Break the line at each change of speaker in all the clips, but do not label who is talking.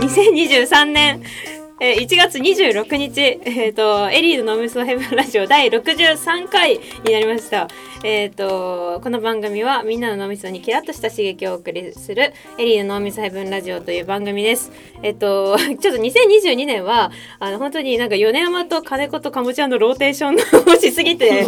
2023年、えー1月26日、えっ、と、エリーのノーミスのヘブンラジオ第63回になりました。えっ、と、この番組はみんなの脳みそにキラッとした刺激をお送りする、エリーの脳みそヘブンラジオという番組です。えっ、と、 ちょっと2022年は、あの、本当になんか米山と金子とかぼちゃんのローテーションをしすぎて、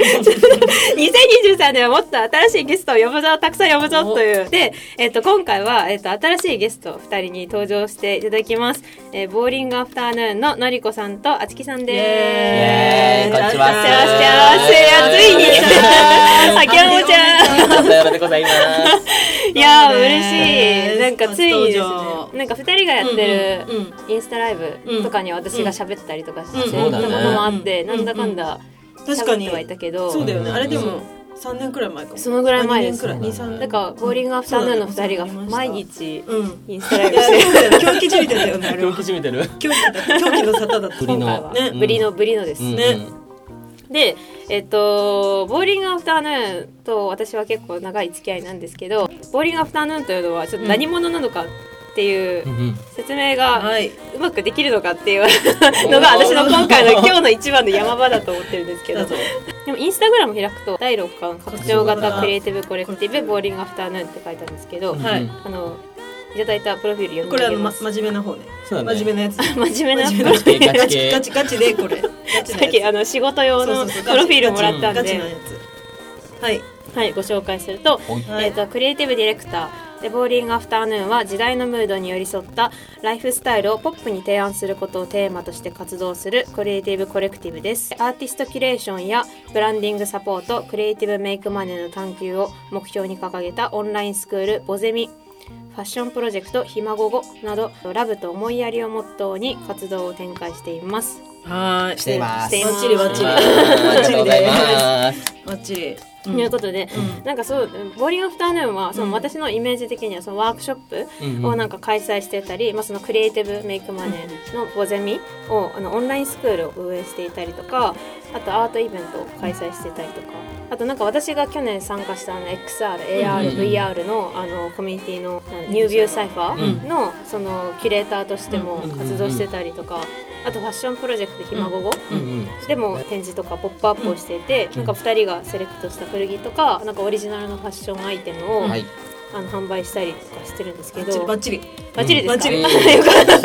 2023年はもっと新しいゲストを呼ぶぞ、たくさん呼ぶぞという。で、えっ、と、今回は、えっ、と、新しいゲスト2人に登場していただきます。えーボーリングアフターヌーンののりこさんとあつきさんです。
イエーイこんにちは
幸せ、幸せ、ついに。あきらもちゃん。
さようでございます。
いや
そ
ー、
う
嬉
ね
しい。なんかついにですね
初登場。
なんか二人がやって
うんうん
るインスタライブとかに私が喋ったりとかして
うん
たものもあって、
うん
なんだかんだ
確か
喋っ
に
てはいたけど、
そうだよねあれで
そう
も3年くらい前かも
そのぐらい前です
2年くらい23年
だから、ボーリングアフターヌーンの二人が毎日
うん
インスタライ
い
ブ
や
して
そうだよね狂気じみてたよねあれ
狂
は
気じみてる。
狂気だ狂気の沙汰だった
ぶりの
今回は
ね
ブリのブリのです。
ね
でえっとボーリングアフターヌーンと私は結構長い付き合いなんですけどボーリングアフターヌーンというのはちょっと何者なのかっていううん
うん。
説明が
はい、
うまくできるのかっていう のが私の今回の今日の一番の山場だと思ってるんですけ
だ
ど
ぞ
でもインスタグラム開くと第6巻拡張型クリエイティブコレクティブボーリングアフターヌーンって書いてあるんですけど、
はい
うん
あのいただいたプロフィール読ん
こ
で
れ
あ
あ
げ
の、ま
ま、す、
真面目な方ね
そうだね
真面目なやつ
真面目な
真
プ
面
ロ
目
フィ
なや
ー
つ
ル
ガ
ガチ
チ
系
ガチガチでこれガ チ
さっ
な
きあ
やつ
の仕事用
そ
の
うそうそう
プロフィールもらったん
ガチな
で
やつはい
はいご紹介すると
おい
はい
えー、とクリエイティブディレクターでボーリングアフターヌーンは時代のムードに寄り添ったライフスタイルをポップに提案することをテーマとして活動するクリエイティブコレクティブですアーティストキュレーションやブランディングサポートクリエイティブメイクマネーの探求を目標に掲げたオンラインスクールボゼミファッションプロジェクトひ孫ごなどラブと思いやりをモットーに活動を展開しています
はーい
しています
してい
バ
ます
ッチリバッチリ
あ
バッ
りが
チ
とう
リ
ござい
で
ます。
すバッチリ
と
うん
いうことで、
う
なんかそうボーリングアフターヌーンはその、
うん
私のイメージ的にはそのワークショップ
うん
をなんんか開催してたり、まあ、そのクリエイティブメイクマネーのボゼミをあのオンラインスクールを運営していたりとかあとアートイベントを開催してたりとかあとなんか私が去年参加したあの XRARVR、
うんうん
VR のあのコミュニティのあのニュービューサイファーのそのキュレーターとしても活動してたりとかあとファッションプロジェクトひ孫ご
うんうん
でも展示とかポップアップをしていて、
うん
なんか2人がセレクトした古着とかなんかオリジナルのファッションアイテムを、
はい。
あの販売したりとかしてるんですけど
バッチリ
バッチリですか、
バッチ リ
よかった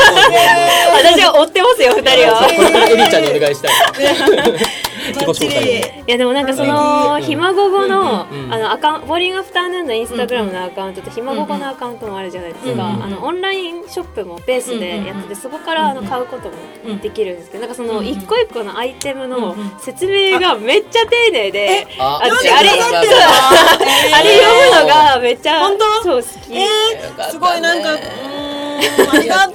私は追ってますよ2人
そう
は
これからエリちゃんにお願いしたい。
バッチ
自己紹介
リ
いやでもなんかそ
うん
の
うん
ひまごごの、
うんうん
あのアカウンボーリングアフターヌーンのインスタグラムのアカウントとひまごごのアカウントもあるじゃないですか、
うんうん
あのオンラインショップもベースでやっててそこからあの買うこともできるんですけどなんかその一個一個のアイテムの説明がめっちゃ丁寧で、
あ
あ
読ん
私
で
あれ
くださってる
あれ読むのがめっちゃ
本当
そう好き、
え
よかった
ー
ね
すごいなんかうーんありがとうやっててよか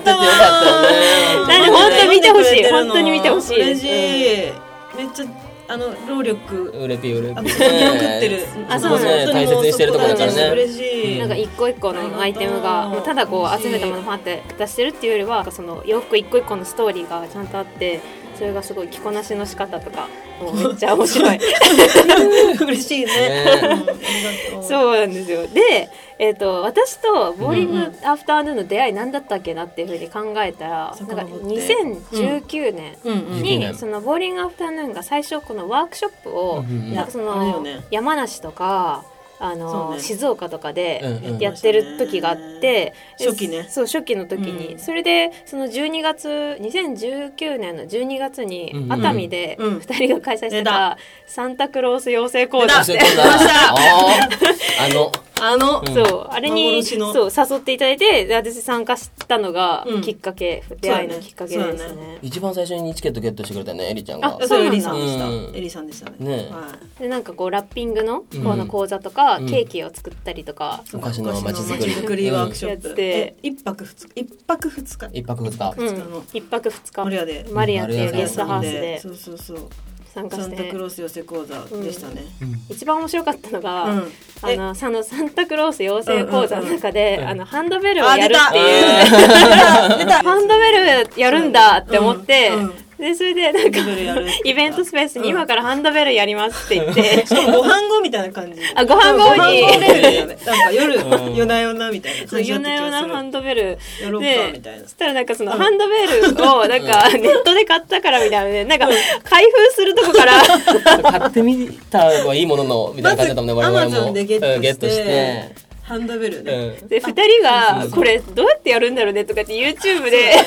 ったわ
やっててよかったね
なんで本当に見てほしい本当に見てほしい
嬉しい、めっちゃあの労力
売れて売れて。
あのそこに送ってる
あそうなんだ
ね大切にしてるとこだから
本当に
ね。
嬉しい
なんか一個一個のアイテムが
うん
もうただこう
嬉し
集
い
めたものパンって出してるっていうよりはその洋服一個一個のストーリーがちゃんとあってそれがすごい着こなしの仕方とかもうめっちゃ面白い
嬉しいね
ね
うんありがとう
そうなんですよで、えー、と私とボーリン
うん
グアフターヌーンの出会い何だったっけなっていうふうに考えたら、
遡
なんか
って
2019年
うんうん
い
に、
いね
そのボーリングアフターヌーンが最初このワークショップを、
うんうん
なんかそ
あれ
の、
よね
山梨とかあの、
そうね
静岡とかで、
うんうん
やってる時があって、
うん初期ね
そう初期の時に、
うん
それでその12月2019年の12月に
うんうん
熱海で
うん
2人が開催して
出
た
た
サンタクロース養成講座
出
あ
た
って
そういうことだあーあの
あの
うん
そうあれに
幻の
そう誘っていただいてで私参加したのが
うん
きっかけ、出会いのきっかけ
そうだ
で
ね
す
そうだ
ね。
一番最初にチケットゲットしてくれたねエリちゃんが
あ。
それエリさんでし
うん
たエリさんでしたね
ね
は
でなんかこうラッピングの
うん
この講座とか、
うん
ケーキを作ったりとか、
い
お菓子の街づく
お菓
り
子の街づくりワークショッ
やっ
プ
て
え一泊二日一泊二日
一泊二日。
うん
二日の
一泊二日
マリアで
マリアっていう
マリ
ゲ
アさん
ストハウスで
そうそうそう
参加
サ
し
ンタ
て
クロース寄せ講座でしたね
一番面白かったのが、
うん
あ
え
のそのサンタクロース養成講座の中で、
うんうんうん
あのハンドベルを
あ
や
出
る
た
っていう
出た出た
ハンドベルやるんだって思って、
うんうん
でそれでなんか
ハンドベルやる
イベントスペースに今からハンドベルやりますって言 って
しかもご飯後みたいな感じ。
あご飯後に
ご飯レベルだねなんか夜、
うん
夜な夜なみたいな
そう
感じだ
夜
った
な
気
夜なハ
が
ンドベル
する。やろうかみたいな
そ。したらなんかそのハンドベルをなんかネットで買ったからみたいなねなんか開封するとこから
買ってみた方がいいもののみたいな感じだったもんね
まず
我々
Amazon
も
でゲットして
うんゲットして
ハンドベル
う
ね。
ん
で2人がこれどうやってやるんだろうねとかって YouTube で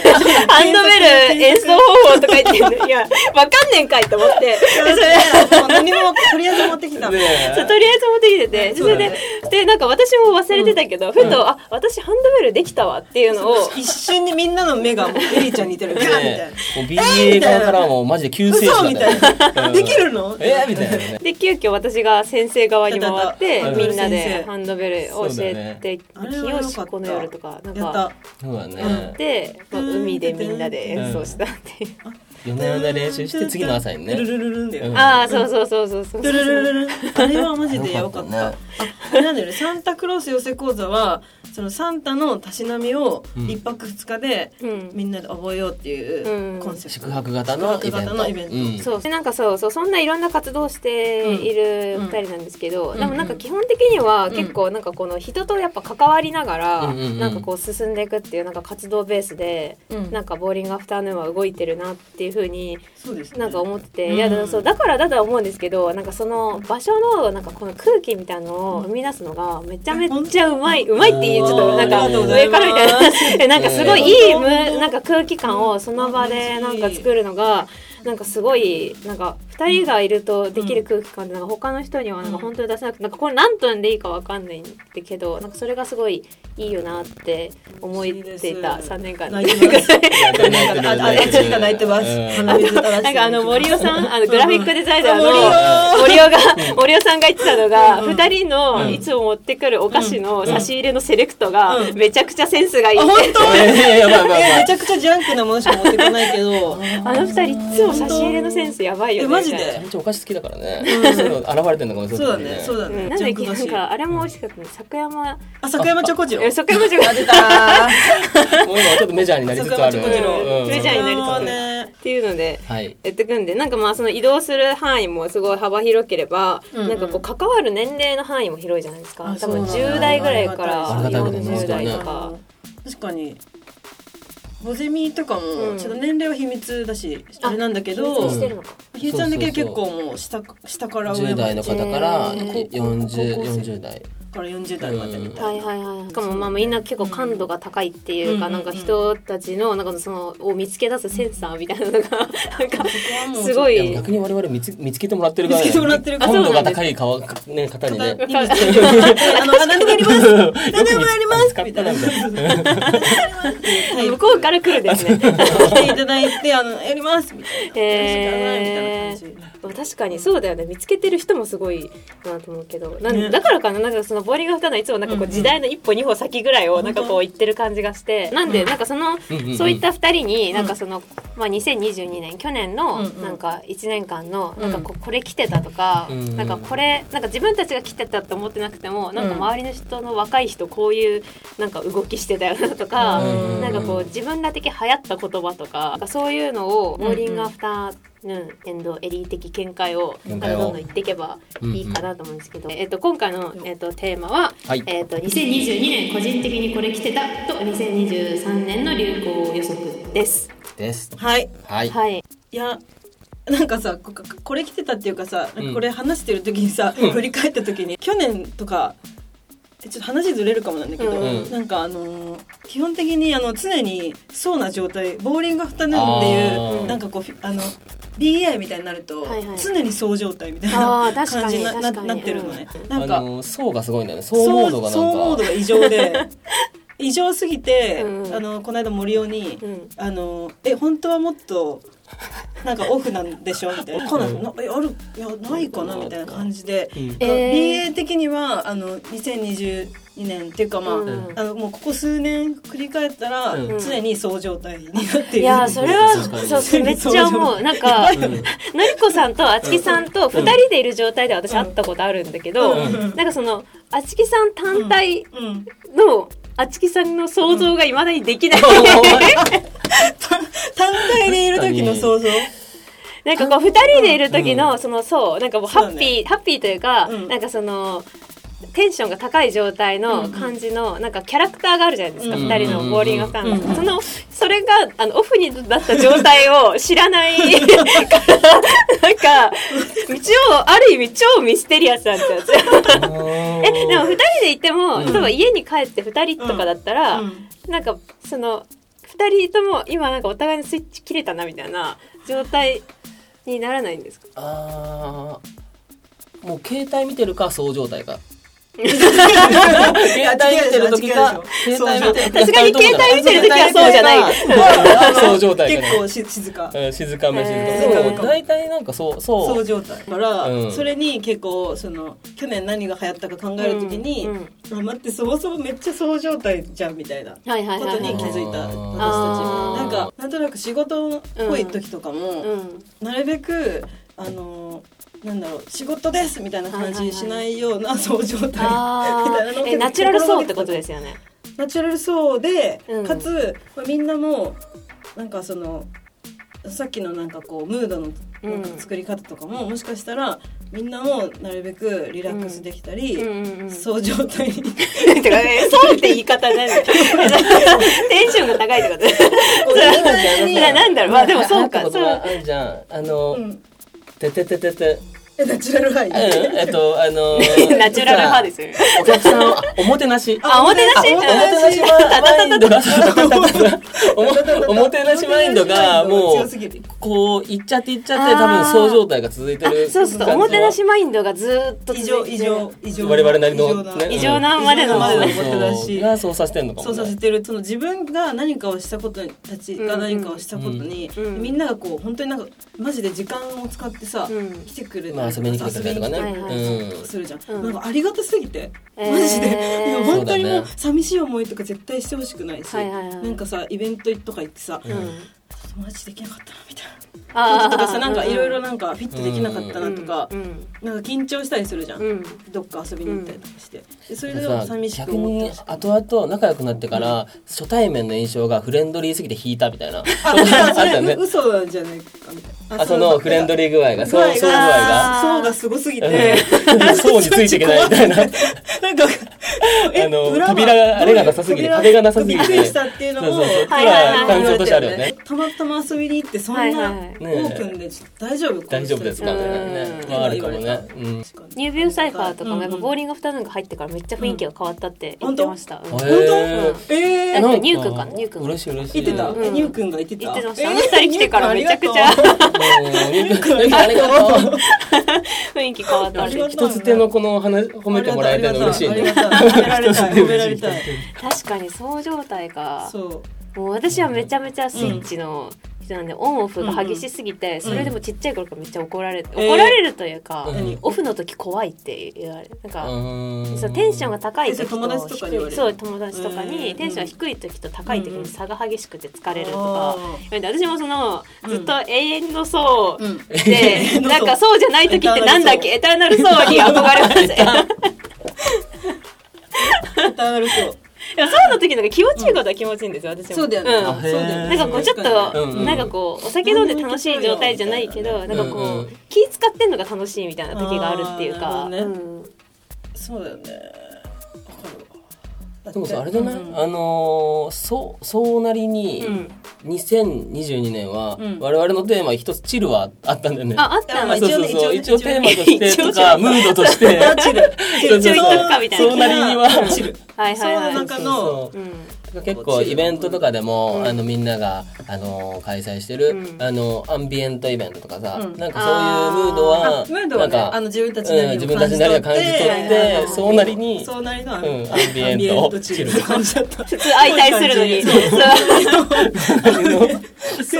ハンドベル演奏方法とか言っていやわかんねんかいと思ってでそれ
もう何もとりあえず持ってきた。
ねえ
そうとりあえず持ってきてて、そ
そう
れ
だ
で
ね、
で、なんか私も忘れてたけど、ふと、あ、私ハンドベルできたわっていうのを、
一瞬にみんなの目がもうエリちゃんに似てる。ガーみたい
ねえもう BA 側からはもうマジで救世主
嘘みたい
だった
な。
よ
できるの？
えーみたいなね
で、急遽私が先生側に回っ
や
て、
ったやった
みんな
先
で
生
ハンドベルを教えて、
あれは
清
よか
し
った
この夜とか、なん
やっ
か、
た。
そうだね
で、まあ
うん
海でみんなで演奏したっていう。
夜な夜な練習して次の朝にね
ルルルルンだよ
う。ん
ああ、そうそうそうそうそう。
ルルルルルンあれはマジでやばかっ
よ
た。
か
あ
っ、
あれなんだよね。サンタクロース寄せ講座はそのサンタのたしなみを
うん
一泊二日で
うん
みんなで覚えようっていうコンセプト。
宿泊型のイベン
宿泊型
ト
のイベント
うん
そうでなんかそうそうそんないろんな活動をしている
うん
2人なんですけど、
うん
でもなんか基本的には
うん
結構なんかこの人とやっぱ関わりながら
うんうんうん
なんかこう進んでいくっていうなんか活動ベースで
うん
なんかボーリングアフターヌーンは動いてるなっていうふうに
そうですね。
なんか思ってて、
うん
いやだからそうだからだとは思うんですけどなんかその場所のなんかこの空気みたいなのを生み出すのがめちゃめちゃうまいうまいっていうちょっとなんか
ありがとうござ
上
い
か
ます
らみたいなえなんかすごいいいむ
うん
なんか空気感をその場でなんか作るのがなんかすごいなんか2人がいるとできる空気感でなんか他の人にはなんか本当に出せなくてなんかこれ何分でいいかわかんないんだけどなんかそれがすごいいいよなって思っていた3年間で
泣いてます。ああっちが泣いてます。
うん
鼻水垂らしてる
なんかあの森尾さんあのグラフィックデザイナーの
森
森
尾
尾が森尾さんが言ってたのが
うんうん
2人のいつも持ってくるお菓子の差し入れのセレクトが
うん
めちゃくちゃセンスがいい
あ、
って
本当
えーやばいやばい
え
や
めちゃくちゃジャンクなものしか持ってこないけど。
あの二人いつも差し入れのセンスやばいよね
えマジ
みたいな
で
ばいちゃんとお菓子好きだからね
うん
そういうの現れてんのかもしれ
そうだね、そうだ
うん
ね。
なん
ジ
だ
ャ
っ
ンク
け
菓
なん
子。
かあれも美味しかったね坂山
あ、坂山チョコジロ
え。坂山塾が
出た
もう今はちょっとメジャーになりつつある
そうかもちろん
うん
メジャーになりつつある
ね。
っていうので
はい
やってくんでなんかまあその移動する範囲もすごい幅広ければ、
うんうん
なんかこう関わる年齢の範囲も広いじゃないですか
あ
多
そうな
分
んだ
10代ぐらいから
ありがたいことに
40代とか、
確かに。ボゼミとか
う
も
ん
ちょっと年齢は秘密だし、あれなんだけ
秘
ど
密にしてるのか
ひゆちゃんだけ結構もう下下から上
10代の
ま
方から
うん
40
高校生
40代
でから40代までみた
はい
いな。
はいはい、しかもまあみんな結構感度が高いっていうか、
うん
なんか人たちのなんかそのを見つけ出すセンサーみたいなのがなんか
もう
すご
いや
い
逆に我々見つ見つけてもらってるから
見つけてもらってるから
感度が高い顔ね方にね
あの、あ、何でもや ります何でもやります
使っ
みた
た
いな
なみ。たいな
はい
向こうから来るんですね。
来ていただいて、あの、やりますみたいな。
へー
よろしくお願いみたいな感じ。
確かにそうだよね見つけてる人もすごいなと思うけどなん、
ね
だからかななんかそのボーリングアフターのいつもなんかこ
うん
う
うん
時代の一歩二歩先ぐらいをなんかこ
本
う
当
言ってる感じがしてなんでなんかその、
うんうん
そういった二人になんかその、まあ、2022年去年
うん
の
うん
なんか1年間の
うん
なんかこうこれ来てたとか、
うんうん
なんかこれなんか自分たちが来てたと思ってなくてもなんか周りの人の若い人こういうなんか動きしてたよなとか、
うん
なんかこう自分ら的流行った言葉とかなんかそういうのをボーリングアフターヌーンエンドエリー的見解をなんかどんどん言っていけばいいかなと思うんですけど、えっと今回の、えっとテーマは、
はい
えっと2022年個人的にこれ来てたと2023年の流行予測です。
です
はい。
はい
はい。
いやなんかさここれ来てたっていうかさなん
う
か
ん
これ話してる時にさ、振り返った時に去年とかえちょっと話ずれるかもなんだけど、
うん
なんかあのー基本的にあの常にそうな状態ボーリングアフタヌーンってい
あー
うなんかこうあの BI みたいになると、
はいはい
常にそう状態みたい
あ
な
ー確かに
感じになな
確か
な
に
ってるのね。
あ
なんか
の層がすごいんだよね層
そう
モードが
そうモード
なんか
が異常 で異常すぎて、
うん
あのこの間森尾に、
うん
あのえ本当はもっとなんかオフなんでしょみ たいな「こなんなえあるいやないかな」みたいな感じで、
う
あ
ん
の
えー
BA 的にはあの2022年っていうかまあ,、
うん
あのもうここ数年振り返ったら、
うん
常にそう状態になっている
いやーそれは
確かに
そうそうめっちゃ思うなんか
うん
のりこさんとあちきさんと2人でいる状態で私
うん
会ったことあるんだけど、
うん
なんかそのあちきさん単体
うん
のあちきさんの想像がいまだにできない、
単体でいる時の想像
なんかこう二人でいる時の、そのそうなんかもう
そう
ハッ
だね
ピー、ハッピーというか、
うん
なんかそのテンションが高い状態
うんう
の
ん
感じの、なんかキャラクターがあるじゃないですか、
うん
二人のボーリングファンが、
うん
そのそれがあのオフになった状態を知ら ないからなんか超ある意味超ミステリアスなんですよ。え
え
でも二人でいても、
うん
例えば家に帰って二人とかだったら、
うん
なんかその2人とも今なんかお互いのスイッチ切れたなみたいな状態にならないんですか
あーもう携帯見てるかそう状態か携帯見てる時
あ違うで
か
しょ
携帯見てる時
さすがに携帯見てる時はそうじゃない
うんそう状態かね
結構し静か
うん静かめ静
へ
か
ー
めでも大体なんかそうそ
そう
う
状態だから、
うん
それに結構その去年何が流行ったか考える時に、
うん
あ待ってそもそもめっちゃそう状態じゃんみたいな
はいはい
こ
は
と
い、は
に気
い
づいた私
あー
たちなんかなんとなく仕事っぽい時とかも、
うん、
なるべくあのなんだろう仕事ですみたいな感じにしないようなそう状態みたい
あ
なの
ー
を
えナチュラルそうってことですよね
ナチュラルそうで、
うん
かつまあみんなもなんかそのさっきのなんかこうムードのなんか作り方とかも、もしかしたらみんなもなるべくリラックスできたり、
うんうんうん
そう状態にこ
てかねそうって言い方なんだテンションが高いってこと
う全体に
いや なんだろうまあでもそうか
なんことがあるじゃんあの
うん
ててててて
えナチュラルハイ、
うんえっとあの
ナチュラル派ですよね
お客さんをあおもてなし
あおもてなし
おもてなしマインドがおおもてなしマインドがも
強
う
すぎる
こういっちゃっていっちゃって多分そう状態が続いて
あ
る
そうそうそうおもてなしマインドがずーっと
異
続
常
いて
異常異常
我々なりの
な
ね
異常なまでの
異常なまでの
そう
おもてなし
がそうさせてんのかも、
そう
ね、
させてるその自分が何かをしたことにたちが何かをしたことに、
うんうん
みんながこう本当になんかマジで時間を使ってさ、
うん
来てくれ
まあ遊びに来てくれたりとかね、
遊びに来てくれたりとか
うん
するじゃん、
うん
なんかありがたすぎて、
えー
マジでいや本当にも
そう
う
だね
寂しい思いとか絶対してほしくないし、
はいはいはい
なんかさイベントとか行ってさ、
うん
友達できなかったなみたい
あ
な
ー
とかさなんかいろいろなんかフィットできなかったなとか、
うん
なんか緊張したりするじゃん、
うんうん
どっか遊びに行ったりとかして、でそれでも
さ
寂しく
逆
思って
に
ほしくない
後々仲良くなってから初対面の印象がフレンドリーすぎて引いたみたいな
あだからそ
あった
れ
ね
嘘なんじゃないかみたいな
あそのフレンド
リー
リー具合がそうそう具合が
層がすごすぎて、
うんそうについていけないみたいな
なんか え
あの
裏は
扉があれがなさすぎて
扉
壁がなさすぎて
びっくりしたっていうのも
そうそうそう
はいはいはい
感想としてあるよね
たまたま遊びに行ってそんな
は
オ
いはい
ープンで大丈夫この人
大丈夫ですかみたいなね
うん
まああるかもね、うん、
確かに
ニュービューサイファーとかもやっぱボー
リ
リングフタヌーンが入ってからめっちゃ雰囲気が変わったって言ってました。うん
本当
うん
へ
本当え
えな
ー
んかニュー君かなニュー君
嬉しい嬉しい
言ってた
もう
うん
えニュー君が言ってた
言ってまし
え
た。
ー
あの二人来てからめちゃくち
ニュー君ありがと
ゃ
ニュー君ありがとう
雰囲気変わったんで
ありがとう
一つ手のこの話褒
う
めてもらえたの嬉しい
あり
ね
がたい褒められたい褒められ たい
確かにそう状態か。
そう
もう私はめちゃめちゃスイッチの人なんで、オンオフが激しすぎて、それでもちっちゃい頃からめっちゃ怒られて、
うん
怒られるというか、
うん
オフの時怖いって言われるなんか、
うん
そうテンションが高い時と
えそれ友達とかに言われる
そう友達とか
う
に
ん
テンションが低い時と高い時に差が激しくて疲れると
あ
か
ー
で私もその
うん
ずっと永遠の層
うん
で、
うん
なんかそうじゃない時ってなんだっけエターナル層に憧れます
なるほど
でもそうの時なんか気持ちいいことは気持ちいいんですよ私も
そうだよね
ん
へー
そうだよ
な
ね
んかこうちょっ
うん
と
うん
なんかこうお酒飲んで楽しい状態じゃないけどなんかこう気使ってんのが楽しいみたいな時があるっていうか
あーなるほ
うん
そうだよねわかるわ
でもさあれじゃない、
うん
あのー、そうそうなりに、
うん
2022年は、
うん
我々のテーマ一つチルはあったんだよね。
ああったの
まあ
あそう
一応
そう
ね
そう一
一応
応
ね
テーマとして
一応ね
とかムードとして
チル
そう
一応言
そう
っとくかみたいな
そうなりには
チル
はいはい
そう
は
ないんかの
そう
うん
そう結構イベントとかでも、
うん
あのみんながあの開催してる、
うん
あのアンビエントイベントとかさ、
うん
なんかそういうムード
あ
は
ムードはね
なんか
あの自分たち
うん
なり
自
の
分たちなりが感じ取っ
はいはいはい
てそうなりに
そうなりのアン
うん
アンビエント
アンビエント
チルって感じだった普
普通相対するのに
そう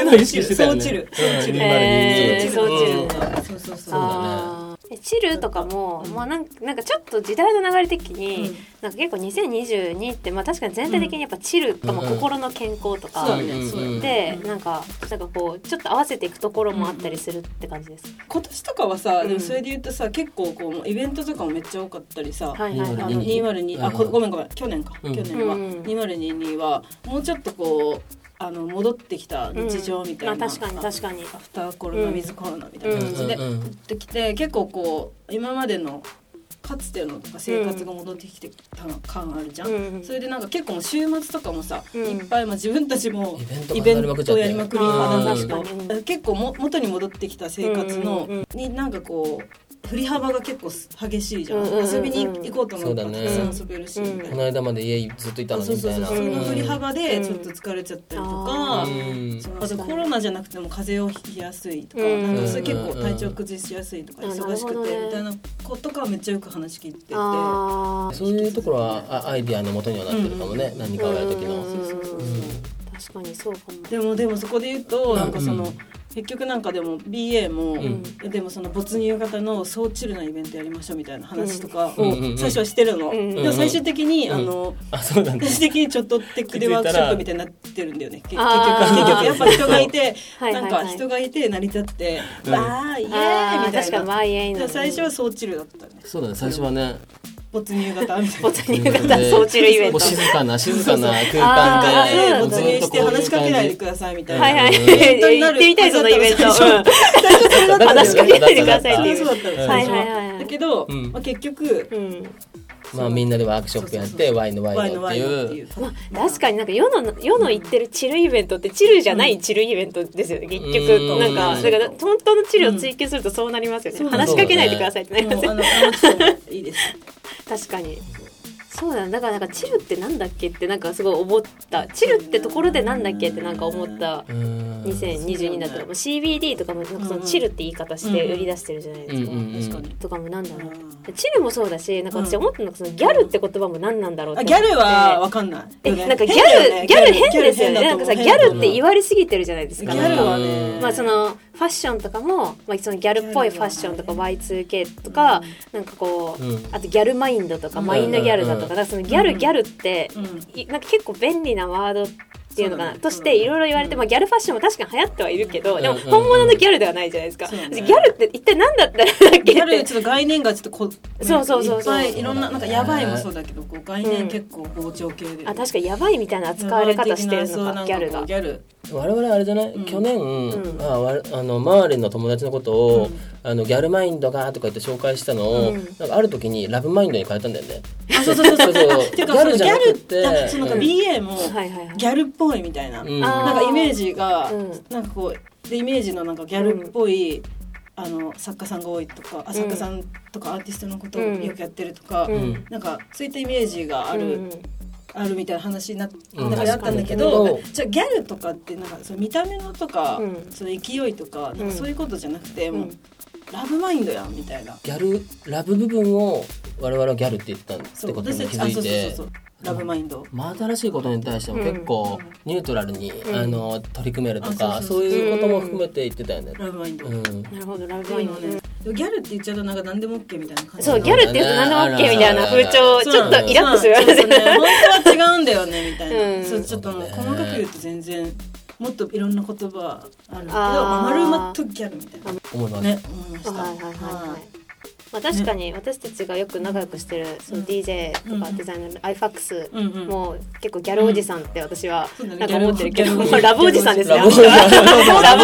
いうの意識してたよね。
そうチル
うん
そうチル
へー
2022
そうチル
うん
そうそうそう
だね
あーえチルとかも、まあ、なんかなんかちょっと時代の流れ的に、
うん
なんか結構2022って、まあ、確かに全体的にやっぱチルとか、
うん
心の健康と
そうだ
か、
ねそうだ
うん
で、
ねうん
なんかなんかこうちょっと合わせていくところもあったりするって感じです、
今年とかはさ
うん
でもそれで言うとさ結構こうイベントとかもめっちゃ多かったりさ
はいはい
あ
は
うん
い
の202あこごめんごめん去年か
うん
去年は
うん
2022はもうちょっとこうあの戻ってきた日常みたい
ま
な、
あ、確かに確かに
アフターコロナ、
うん
ウィズコロナみたいな感じで、
うんうんうん
戻ってきて結構こう今までのかつてのとか生活が戻ってきてた感あるじゃん、
うん
それでなんか結構週末とかもさ、
うん
いっぱい、まあ、自分たちも
イベント
イ
が
ベ
やりまくっ
ン
ち
ト
ゃっ
を
て
やりまく
あ
り派
ー
だし
確かに
結構も元に戻ってきた生活の、
うんうん
になんかこう振り幅が結構激しいじゃん,、
うんうんうん
遊びに行こうと思ったらた
そうだね
くさん遊べるし、
うん
みたい
こ
な
の間まで家ずっといたのに
そう
み
そう
たい
そうそ
な
れの振り幅
う
で
ん
ちょっと疲れちゃったりと
あ
か、
ー
その
確かに
あとコロナじゃなくても風邪をひきやすいとか,、
うん
なんかそれ結構体調崩しやすいとか、
うん
忙し
なるほ
く
ど
て
ね
みたいなことかめっちゃよく話聞いてて。
あー
そういうところはあアイディアの元にはなってるかもね、何かをやる時の、
うんうんうん
うん
確かにそうかも
でもでもそこで言うとなんかその、
うん
結局なんかでも BA も、
ん
でもその没入型の総チルなイベントやりましょうみたいな話とか
うん
を
うんうん
最初はしてるの、
うん
でも最終的に、
うん
あの
あそうなんだ
最終的にちょっとテックでワークショップみたいになってるんだよね結結
あー
局結局やっぱ人がいて
はいは
ないん
はい
か人がいて成り立って「
うん
わーイエーイ!」み
あー
た
確
い
かに
な。
ワイエイ
で
の
も最初は総チルだったね
そうだね最初はね
没入型みたい な。
没入型装置イベン
も
ト
う静かな静かな空
あー
間
そ
で
う
没入して話しかけないでく
だ
ださいみたいな。
はいはい
イベ
ントにな
行っ
る
てみたいそのイベント
最初
うん
さ
話しかけないでくださいっていう
そうだったの
はい
最初
はいはいはい
だけど、
うん
まあ、結局
うん
まあみんなでワークショップやってワインのワ
ワ
イ
イ
ン
の
のっ
ワ
て
イのって
い
いうう。
確かになんか世の世の言ってるチルイベントってチルじゃないチルイベントですよね結
う
局
ん
なんかだから本当のチルを追求するとそうなりますよね、
うん
話しかけないでくださいってなり
も
ま
う
すよ
あのあの人もいいです。
確かにそうだねだからなんかチルってなんだっけってなんかすごい思ったチルってところでなんだっけってなんか思った
うん
2022だったらもう CBD とかもなんかそのチルって言い方して売り出してるじゃないですか、
うんうん
確かに。
とかもなんだろうチルもそうだしなんか私
うん
思ったのがそのギャルって言葉も何なんだろうって
あ
思っ
ギ
て
ャルはわかんない
え
よね。
なんかギャ
変だ
ル、
よね
ギャル変ですよね。
ギャ
な
ル
んかさ、ギ
変だ
ャ
と
ル
思
っ
う
て言われすぎてるじゃないです
ギ
か。
ャルはね。
まあそのファッションとかも、まあそのギャルっぽいファッションとか Y2K とか、なんかこう、
うん
あとギャルマインドとか、
うん
マインドギャルだとか、だからそのギャル、
うん
ギャルって、
うん
いなんか結構便利なワードっていうのかな、
そうだね
としていろいろ言われて、
うん
まあギャルファッションも確かに流行ってはいるけど、でも
うんうんうん
本物のギャルではないじゃないですか。
そうだね
私ギャルって一体何だったんだっけって。
ギャルちょっと概念がちょっとこう
そうそうそうそう
いっぱいいろんななんかやばいもそうだけどこう概念結構膨張系で。
あ、確かにやばいみたいな扱われ方してるのか、ギャルが
ギ。ャル。
我々あれじゃない、
うん
去年、
うん
あわあのマーレンの友達のことを、
うん
あのギャルマインドがとか言って紹介したのを、
うん
なんかある時にラブマインドに変えたんだよね。
あそうそうそうそう。
そう
て
ギ
いうかそ
ャ
の
ル
ギ
じ
ャ
ゃな
ル
く、
っててなんかそのなんか BA も
はいはいはい。
ギャルっぽいみたいな。
うん
あー
なんかイメージが、
うん
なんかこうでイメージのなんかギャルっぽい、あの作家さんが多いとか、あ
ん
作家さんとかアーティストのことを
うん
よくやってるとか、
うん
うん
なんかそういったイメージがあ
う
る、
んうん
あるみたいな話にな,、
うん
なんかあったんだけ
確
ど
かに
じゃあギャルとかってなんかその見た目のとか、
うん
その勢いとかなんかそういうことじゃなくて、
うん
もうラブマインドやんみたいな。
ギャルラブ部分を我々はギャルって言ってたって
そう
ことに
私た
気
ちあそ
づ
うそうそ
い
う
て
そうラブマインド。
真新しいことに対しても結構ニュートラルに、
ん
あの取り組めるとか、
あそうそ
そう
うそう
いうことも含めて言ってたよね。
ラブマインド。
う
な
ん
るほど、ラブ
で
マイン
も
ド
ね
ね。、
ギャルって言っちゃうとなんか何でも OK みたいな感じ
そう、ギャルって言うと何でも OK みたいな風潮、
そう
ちょっとイラッとするわ
そう
けで
そう
す
ね
ね。
本当は違うんだよねみたいな、
うん
そうちょっともう細かく言うと全然もっといろんな言葉あるけど
あー
丸まっとギャルみたいな
思います。
ね思いました、
はいはいはいはい。まあ、確かに私たちがよく仲良くしてる、その DJ とか
うん
デザイナーの iFAX
うんうん
も結構ギャルおじさんって私は
そうだね
なんか思ってるけど、
ギャル
まあラブおじさんですね。
ラ
ラ
ブお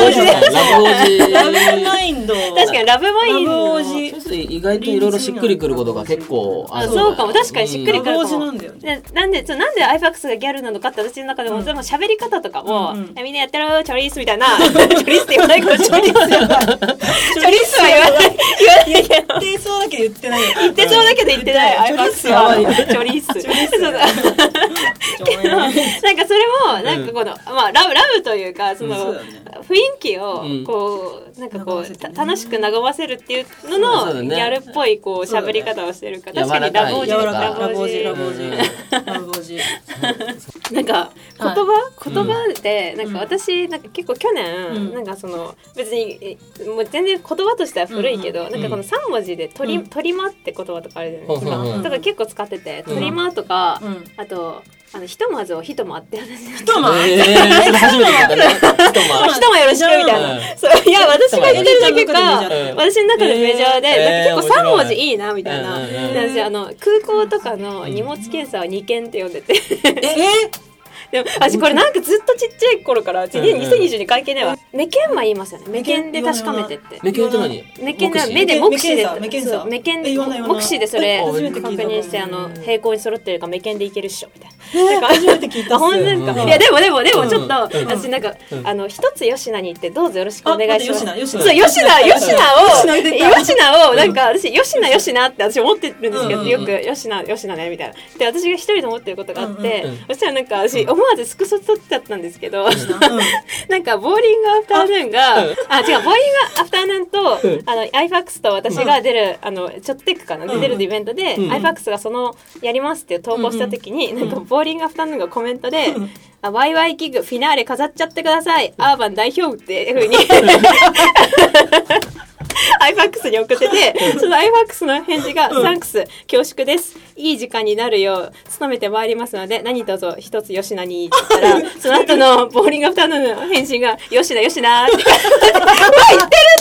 じ
ブおじさん。
ラ
ラブおじ
ブマインド
確かにラブマイン
ラブ
ド
お
の。
じ
そうすると意外といろいろしっくりくることが結構あ
あ
る
そうかも確かにしっくりくるかも
ラブおじなんだよね
でなんでそうなんで iFAX がギャルなのかって私の中でも、
うん
でも喋り方とかも、
うんうん
えみんなやってるチョリースみたいなチョリースって言わないかもしれ ないけどチョリースは言わない言わないけど
言ってそうだけど言ってない
言ってそうだけど言ってない、アイパックスはチョリース。そうそうなんかそれもなんかこの、まあラブラブというかその、
うんそうだね
雰囲気を
うん
こう、なんか
和
こ
ま
う
せ
た
てね
楽しく和ませるっていうの
そう
の
だ
ギ
ね
ャルっぽいこう
そう
喋
だね
り方をしてるから確
柔
からにラ
かい
ブおじ
柔らかい
ラ
ラ
ブ
ブ
お
お
じ
じ
ラ
ラ
ブ
ブ
お
お
じ
じラブお じ
なんか言葉、言葉でなん
うん
か私なんか結構去年、
うん
なんかその別にえもう全然言葉としては古いけど、
うん
なんかこの三文字で取り、
うん
取り間って言葉とかあるじゃないですか、
うんうんうん
だから結構使ってて、
うん
取り間とか、
うん
あとあのひとまずをひとまって話して
トマ
えー、それ初めて聞いたね。一
まあ
晩
ひとまよろしくみたいな、そういや私が言ってるだけ
ひと
か
まよろしく
うん
私の中でメジャーで、
え
な
ー
んか結構3文字いいなみたいな、
うんうんうん
なんですよあの空港とかの荷物検査は2件って呼んでて
え
でも私これなんかずっとちっちゃい頃から
うんうん
2022関係ねえわ目剣は言いますよね目剣で確かめてって
目剣って何
目剣で
目視
目で目視で
目剣さ
そう目剣
え
で
言わない言わない
目視でそれ
え
確
初めて聞いた
認してあの平行に揃ってるから目剣でいけるっしょみたいな
え初めて聞いたっす
本当ですか、
うん
いやでもでもでもちょっと、
うん
私なんか、
うん
あの一つ吉名に行ってどうぞよろしくお願いします
あ待って吉
そ
名吉名
う吉名吉名を
吉名出た
吉名をなんか私吉名吉名って私思ってるんですけど、
うん
うん
よく吉名吉名ねみたいなで私が一人で思ってることがあって、
うんうんうん
そしたらなんか私思わずスクショ撮っちゃったんですけど、
うん
なんかボーリングアフターヌーンがあ,、
うん
違うボーリングアフターヌーンと、
うん
あの iFAX と私が出る、あのちょっテックかな、
うん
出るイベントで、
うん
iFAX がそのやりますっていう投稿した時に、なんかボーリングアフターヌーンがコメントで
うん
「あワイワイギグフィナーレ飾っちゃってくださいアーバン代表」っていうふう に iFAX に送っててその iFAX の返事が「サンクス恐縮ですいい時間になるよう努めてまいりますので何卒一つ吉名に」って言った らその後のボーリングアフターヌーンの返信が「吉名吉名」 ってうわ言ってる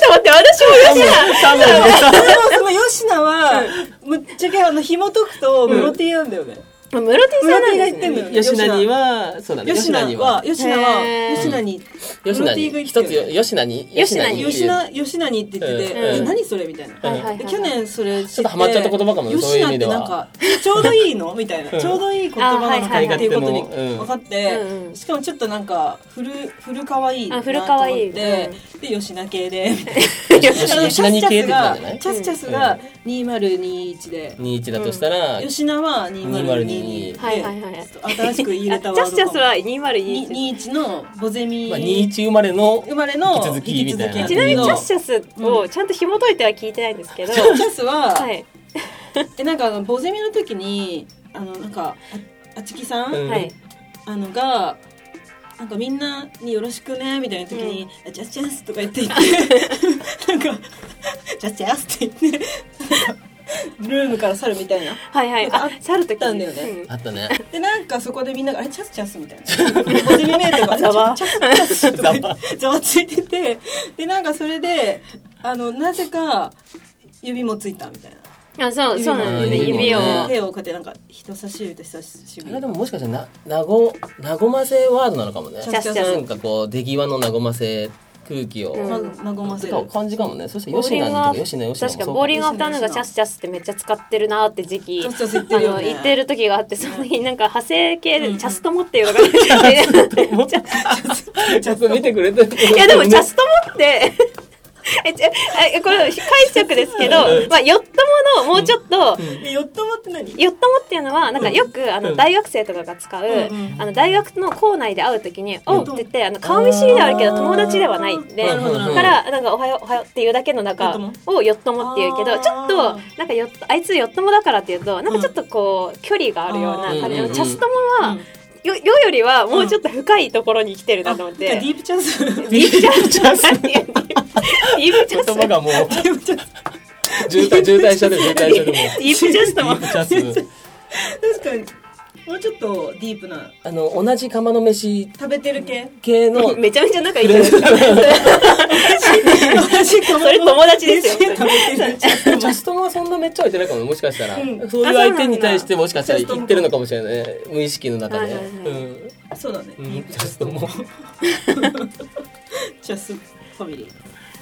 と思って私も吉名
三文字でさ
でもその吉名は、むっちゃけあの紐解くとムロティなんだよね。
あ室手さんなんです
室手が言ってんの
ね
よ
吉名にはそうだね
吉
吉
名
名に
は
は
吉名は
へー
吉名に
吉名
プロテインが
に
生
一
き
つ
てる
よ吉名に
吉名に
吉名吉名にって言ってて、
うん
え何それみたいな。
はいはいはい
で去年それ知って
ちょっとハマっちゃった言葉かもねそう
吉
い
名
う意
っ
味
て
で
なん
は
かちょうどいいのみたいなちょうどいい言葉なのかなっていうことに
あはいはいはい
分かって、
うんうん
しかもちょっとなんか古古かわいいな
あ
と
古
思っ
可愛い
てで吉名系でみたいな
吉名吉名に系ってたんじゃない
チャスチャスが2021で、
21だとしたら
吉名は2022で、
はいはいはい
ちょっと新しく入れた
あ
ワ
ジ
ー
ャ
ド
スジャスは2021
21のボゼミ、
まあ21生まれの
生まれの
引き続きみたいな
引き続き
ちなみにチャッシ
ャ
ャスをちゃんと紐解いては聞いてないんですけど、
スチャスは、
はい、
えなんかあのボゼミの時にあのなんかああちきさん、
うん
はい、
あのがなんかみんなによろしくねみたいな時に「あジャスジャス」とか言って言って なんか「ジャスジャス」って言ってルームから去るみたいな
はいはい
なん
あ
かあ
去る時
たんだよね
うん
あったね
でなんかそこでみんなが「あれチャスチャス」みたいなボゼミメイト が「
ざわ
チャスチャス」とか言ってざわついててでなんかそれであのなぜか指もついたみたいな。
あそうそうなんですね
指もね
指を
手をこうやってなんか人差し指と人差し
あ
指
れでももしかしたらな和なごませワードなのかもね
チャッシャス
なんかこう出際の和ませ空気を、
うん
ままごませる
とか感じかもねそして
ボー
吉
リン
名
グ
と
は
か吉名吉名も
確か
そう
ボーリン
グ
グアフターヌーンがチャスチャスってめっちゃ使ってるなって時期
チ
あ
ャスチャス言ってるよ
の
ね
言ってる時があってその時なんか派生系
うんう
で
ん
チャストモっていうのがい
ちゃんと見てくれてる
やでもチャストモってえちょえこれ解釈ですけど、まあ、よっとものもうちょっと、
えよっともって何
よっともっていうのはなんかよくあの大学生とかが使う、
うん
あの大学の校内で会う時に「おう」って言ってあの顔見知りではあるけど友達ではないんで
なるほどなるほ
だ
ど
からなんか「おはようおはよう」っていうだけの
よっ
中
とも
を「よっとも」っていうけ
あ
ど
ー
ちょっとなんかよっとあいつよっともだからっていうとなんかちょっとこう距離があるような感じ
うん
の
うん
チャストもは
うん
よよよりはもうちょっと深いところに来てるなと思っ
あ
て
ディ。ープチャンスデ
ディープチャンスデ ィープチャンス
言葉がもう
ィープチャンス
渋滞渋滞したで渋滞したで
デ
も
ィープチャンスとも
ディープチャス
確かにもうちょっとディープな
あの同じ釜の飯
食べてる系
系の
めちゃめちゃ仲いいじゃない ですか。そ
そ
れ友達 ですよ本当に
ジャストはそんなめっちゃ置いてないかももしかしたら、
うん
そういう相手に対してもしかしたら言ってるのかもしれないね無意識の中
はい
で、
はいはい
うん
そうだね
うんジャス トも
チャスファミリー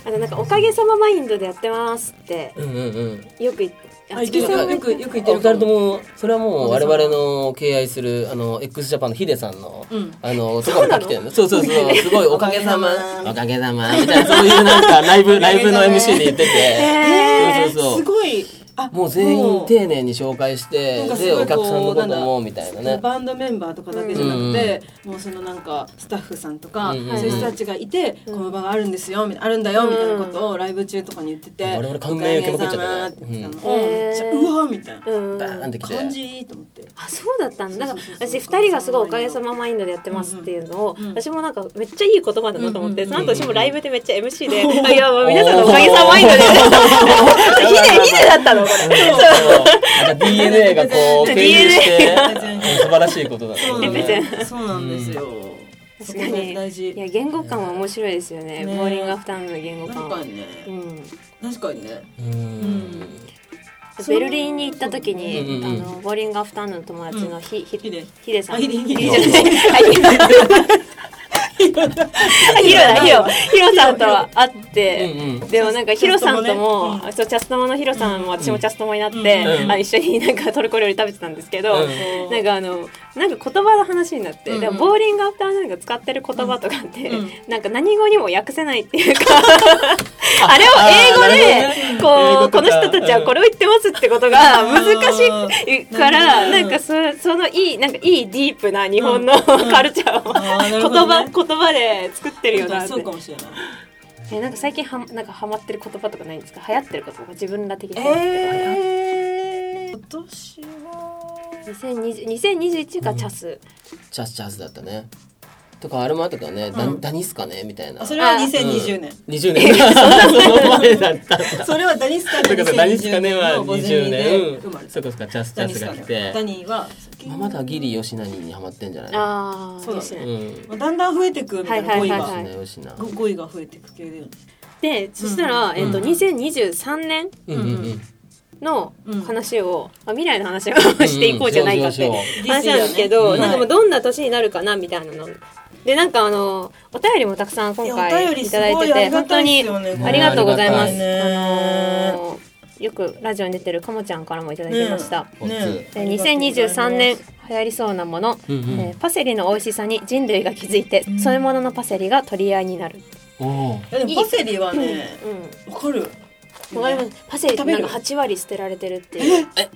あのなんかおかげさまマインドでやってますって
うんうんうん
よく言って
あ池
さ
さ
ん
ん
はよ
はよ
く
く
よ
よ
く
く
あ
言
お
ってる
二人ともそれはもう
お
我
じさん
々の敬愛するあの x ジャパンのヒデさんの、
うん
あのところから来てるのそうそうそうすごいおかげさま
お
おかげさまみたいなそういうなんかライ ブライブの MC で言ってて
へー
そうそ
す
うそう
ごいあ
もう全
も
員
う
丁寧に紹介して
なんかす
で
ごい
お客さんのこと
こう
もみたいなね
バンドメンバーとかだけじゃなくて、もうそのなんかスタッフさんとか、
うんうん
そういう人たちがいて、この場があるんですよみたいなあるんだよみたいなことをライブ中とかに言ってて、
我々感銘受けまくっちゃったね
おかげさまって言ってたの
うん
をめっちゃうわみたいな
うん
バーンって来て
感じいいと思って
あそうだったんだだから
そうそうそう
私2人がすごいおかげさまマインドでやってますっていうのを、
んうん
私もなんかめっちゃいい言葉だなと思って、
うん
その後私もライブでめっちゃ MC で「あいやもう皆さんのおかげさまマインドで」ヒデヒデだったのこれ。
なんか DNA がこう
DNA
経由して
が
うん素晴らしいことだね
そうなん
ね別
ですよそうなんで
確
すよ、そ
か
こ
に
が大事
いや言語感は面白いですよね
ね
ボーリングアフターヌーンの言語感
確
は
かにね
うん
確かにね
うん
そう
ベルリンに行った時に、
うんうんうん
あのボーリングアフターヌーンの友達のひ、ひ
ヒデ
ヒデさん
あヒデ
ヒデ
ヒデ
じゃないはいヒロヒロだヒロヒロさんとは会って、
うんうん
でもなんかヒロさんとも、
チャストもね
そうチャストモのヒロさんも私もチャストモになって、
うん
うん
あ一緒になんかトルコ料理食べてたんですけど、
うん
なんかあのなんか言葉の話になって、
うん
でもボーリングアフターヌーンが使ってる言葉とかって、
うん
なんか何語にも訳せないっていうかあれを英語
あなる
で
ほどね
こ
英語
う
と
こ
か
の人たちはこれを言ってますってことが
うん
難しいから
うん
なんかそそのいいなんかいいディープな日本の
うん
カルチャーを
あーな
言
るほど
葉
ね
言葉で作ってるよなって
そうかもしれない
えなんか最近はなんかハマってる言葉とかないんですか流行ってる言葉自分ら的に、
えー、今年は
2020 2021がチャス、
チャスチャスだったねとかあれもあったけどね、ダ
うん
ダニスカねみたいな
あそれは2020年、
20年 その前だったんだ
それはダニスカ
そ
で
うかそうダニスカ
2020
ねは
年の午前で
20年
生まれ
そうかそうかチャスチャスが来て
ダニーは先に
まあまだギリヨシナにハマってんじゃないの
ああ
そうだね
うん
まあだんだん増えてくみたいな
は
語
い
彙
はい
が、
はいはい
ヨシナヨシナ
ご語彙が増えてく系で
でそしたら、
ん
えっと
うん
2023年
うんうんうん
の
うん
話を、あ未来の話を していこうじゃないかって
うんうんしようし
話なんですけど、
うん
なんかもうどんな年になるかなみたいなの。でなんかあのお便りもたくさん今
いやお便
回
り
い
す
た
ご
だ
い
いてて本当に
ありがたいですよね
ありがとうございます。
あり
がたい
あのーよくラジオに出てるかもちゃんからもいただきました。
おつ
ね
えー2023年流行りそうなもの、
うんうん
えーパセリの美味しさに人類が気づいて、
ん
そういうもののパセリが取り合いになる。
おー
いやでもパセリはね
うん
わかる
わかります。パセリってなんか
食べ
八割捨てられてるっていう。
え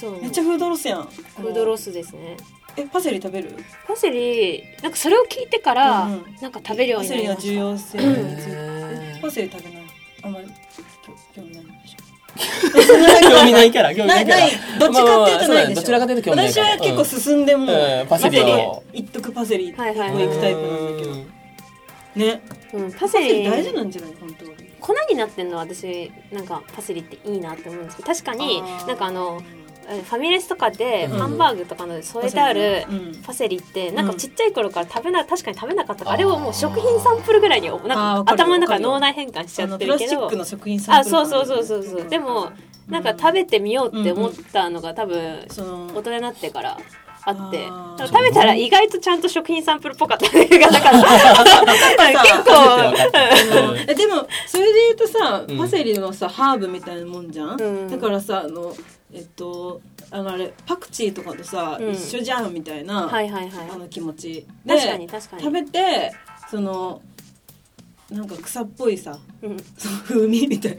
そう。
めっちゃフードロスやん
フードロスですね。
えパセリ食べる
パセリ、なんかそれを聞いてから、
うんうん
なんか食べるよう
パ
に
セ
なり
リの
ま
重
した。
要性
へ
についてえパ
ー
セリ食べないあんまり興興味ないでし
興味ないキャラ興味ないキャラ
ないないどっちかっていうとないでしょ
どちらかというと
ょ
興味ない
私
かも
は結構進んでも
うんパセリを
一徳パセリ
はいはい
うん
も
行くタイプなんだけどね
うん、
パ
パセ
セリ
リ。
大事なんじゃない本当は
粉になってんのは私なんかパセリっていいなって思うんですけど確かに
あー
なんかあのえーファミレスとかで
うん
ハンバーグとかの添えてある
うん
パセリって
ん
なんかちっちゃい頃から食べな確かに食べなかったからあ
あー
れをもう食品サンプルぐらいになん
あー
か
わかる
頭の中
わかる
脳内変換しち
あ
ゃっ
の
て
プラ
る
スチ
け
ッ
ど
クの食品サン
あ
プル
そう
感
そうそうそうそうでも
うん
なんか食べてみようって思ったのが多分
その
大人になってからあって
あー
でも食べたら意外とちゃんと食品サンプルっぽかったねがなかった結構
うん
えでもそれで言うとさ
うん
パセリのさ、ハーブみたいなもんじゃん、
うん
だからさあのえっとあのあれパクチーとかとさ、
うん
一緒じゃんみたいな、
はいはい
あ
は
の気持ち
い確かに確かに
食べてそのなんか草っぽいさ
うん
その風味みたい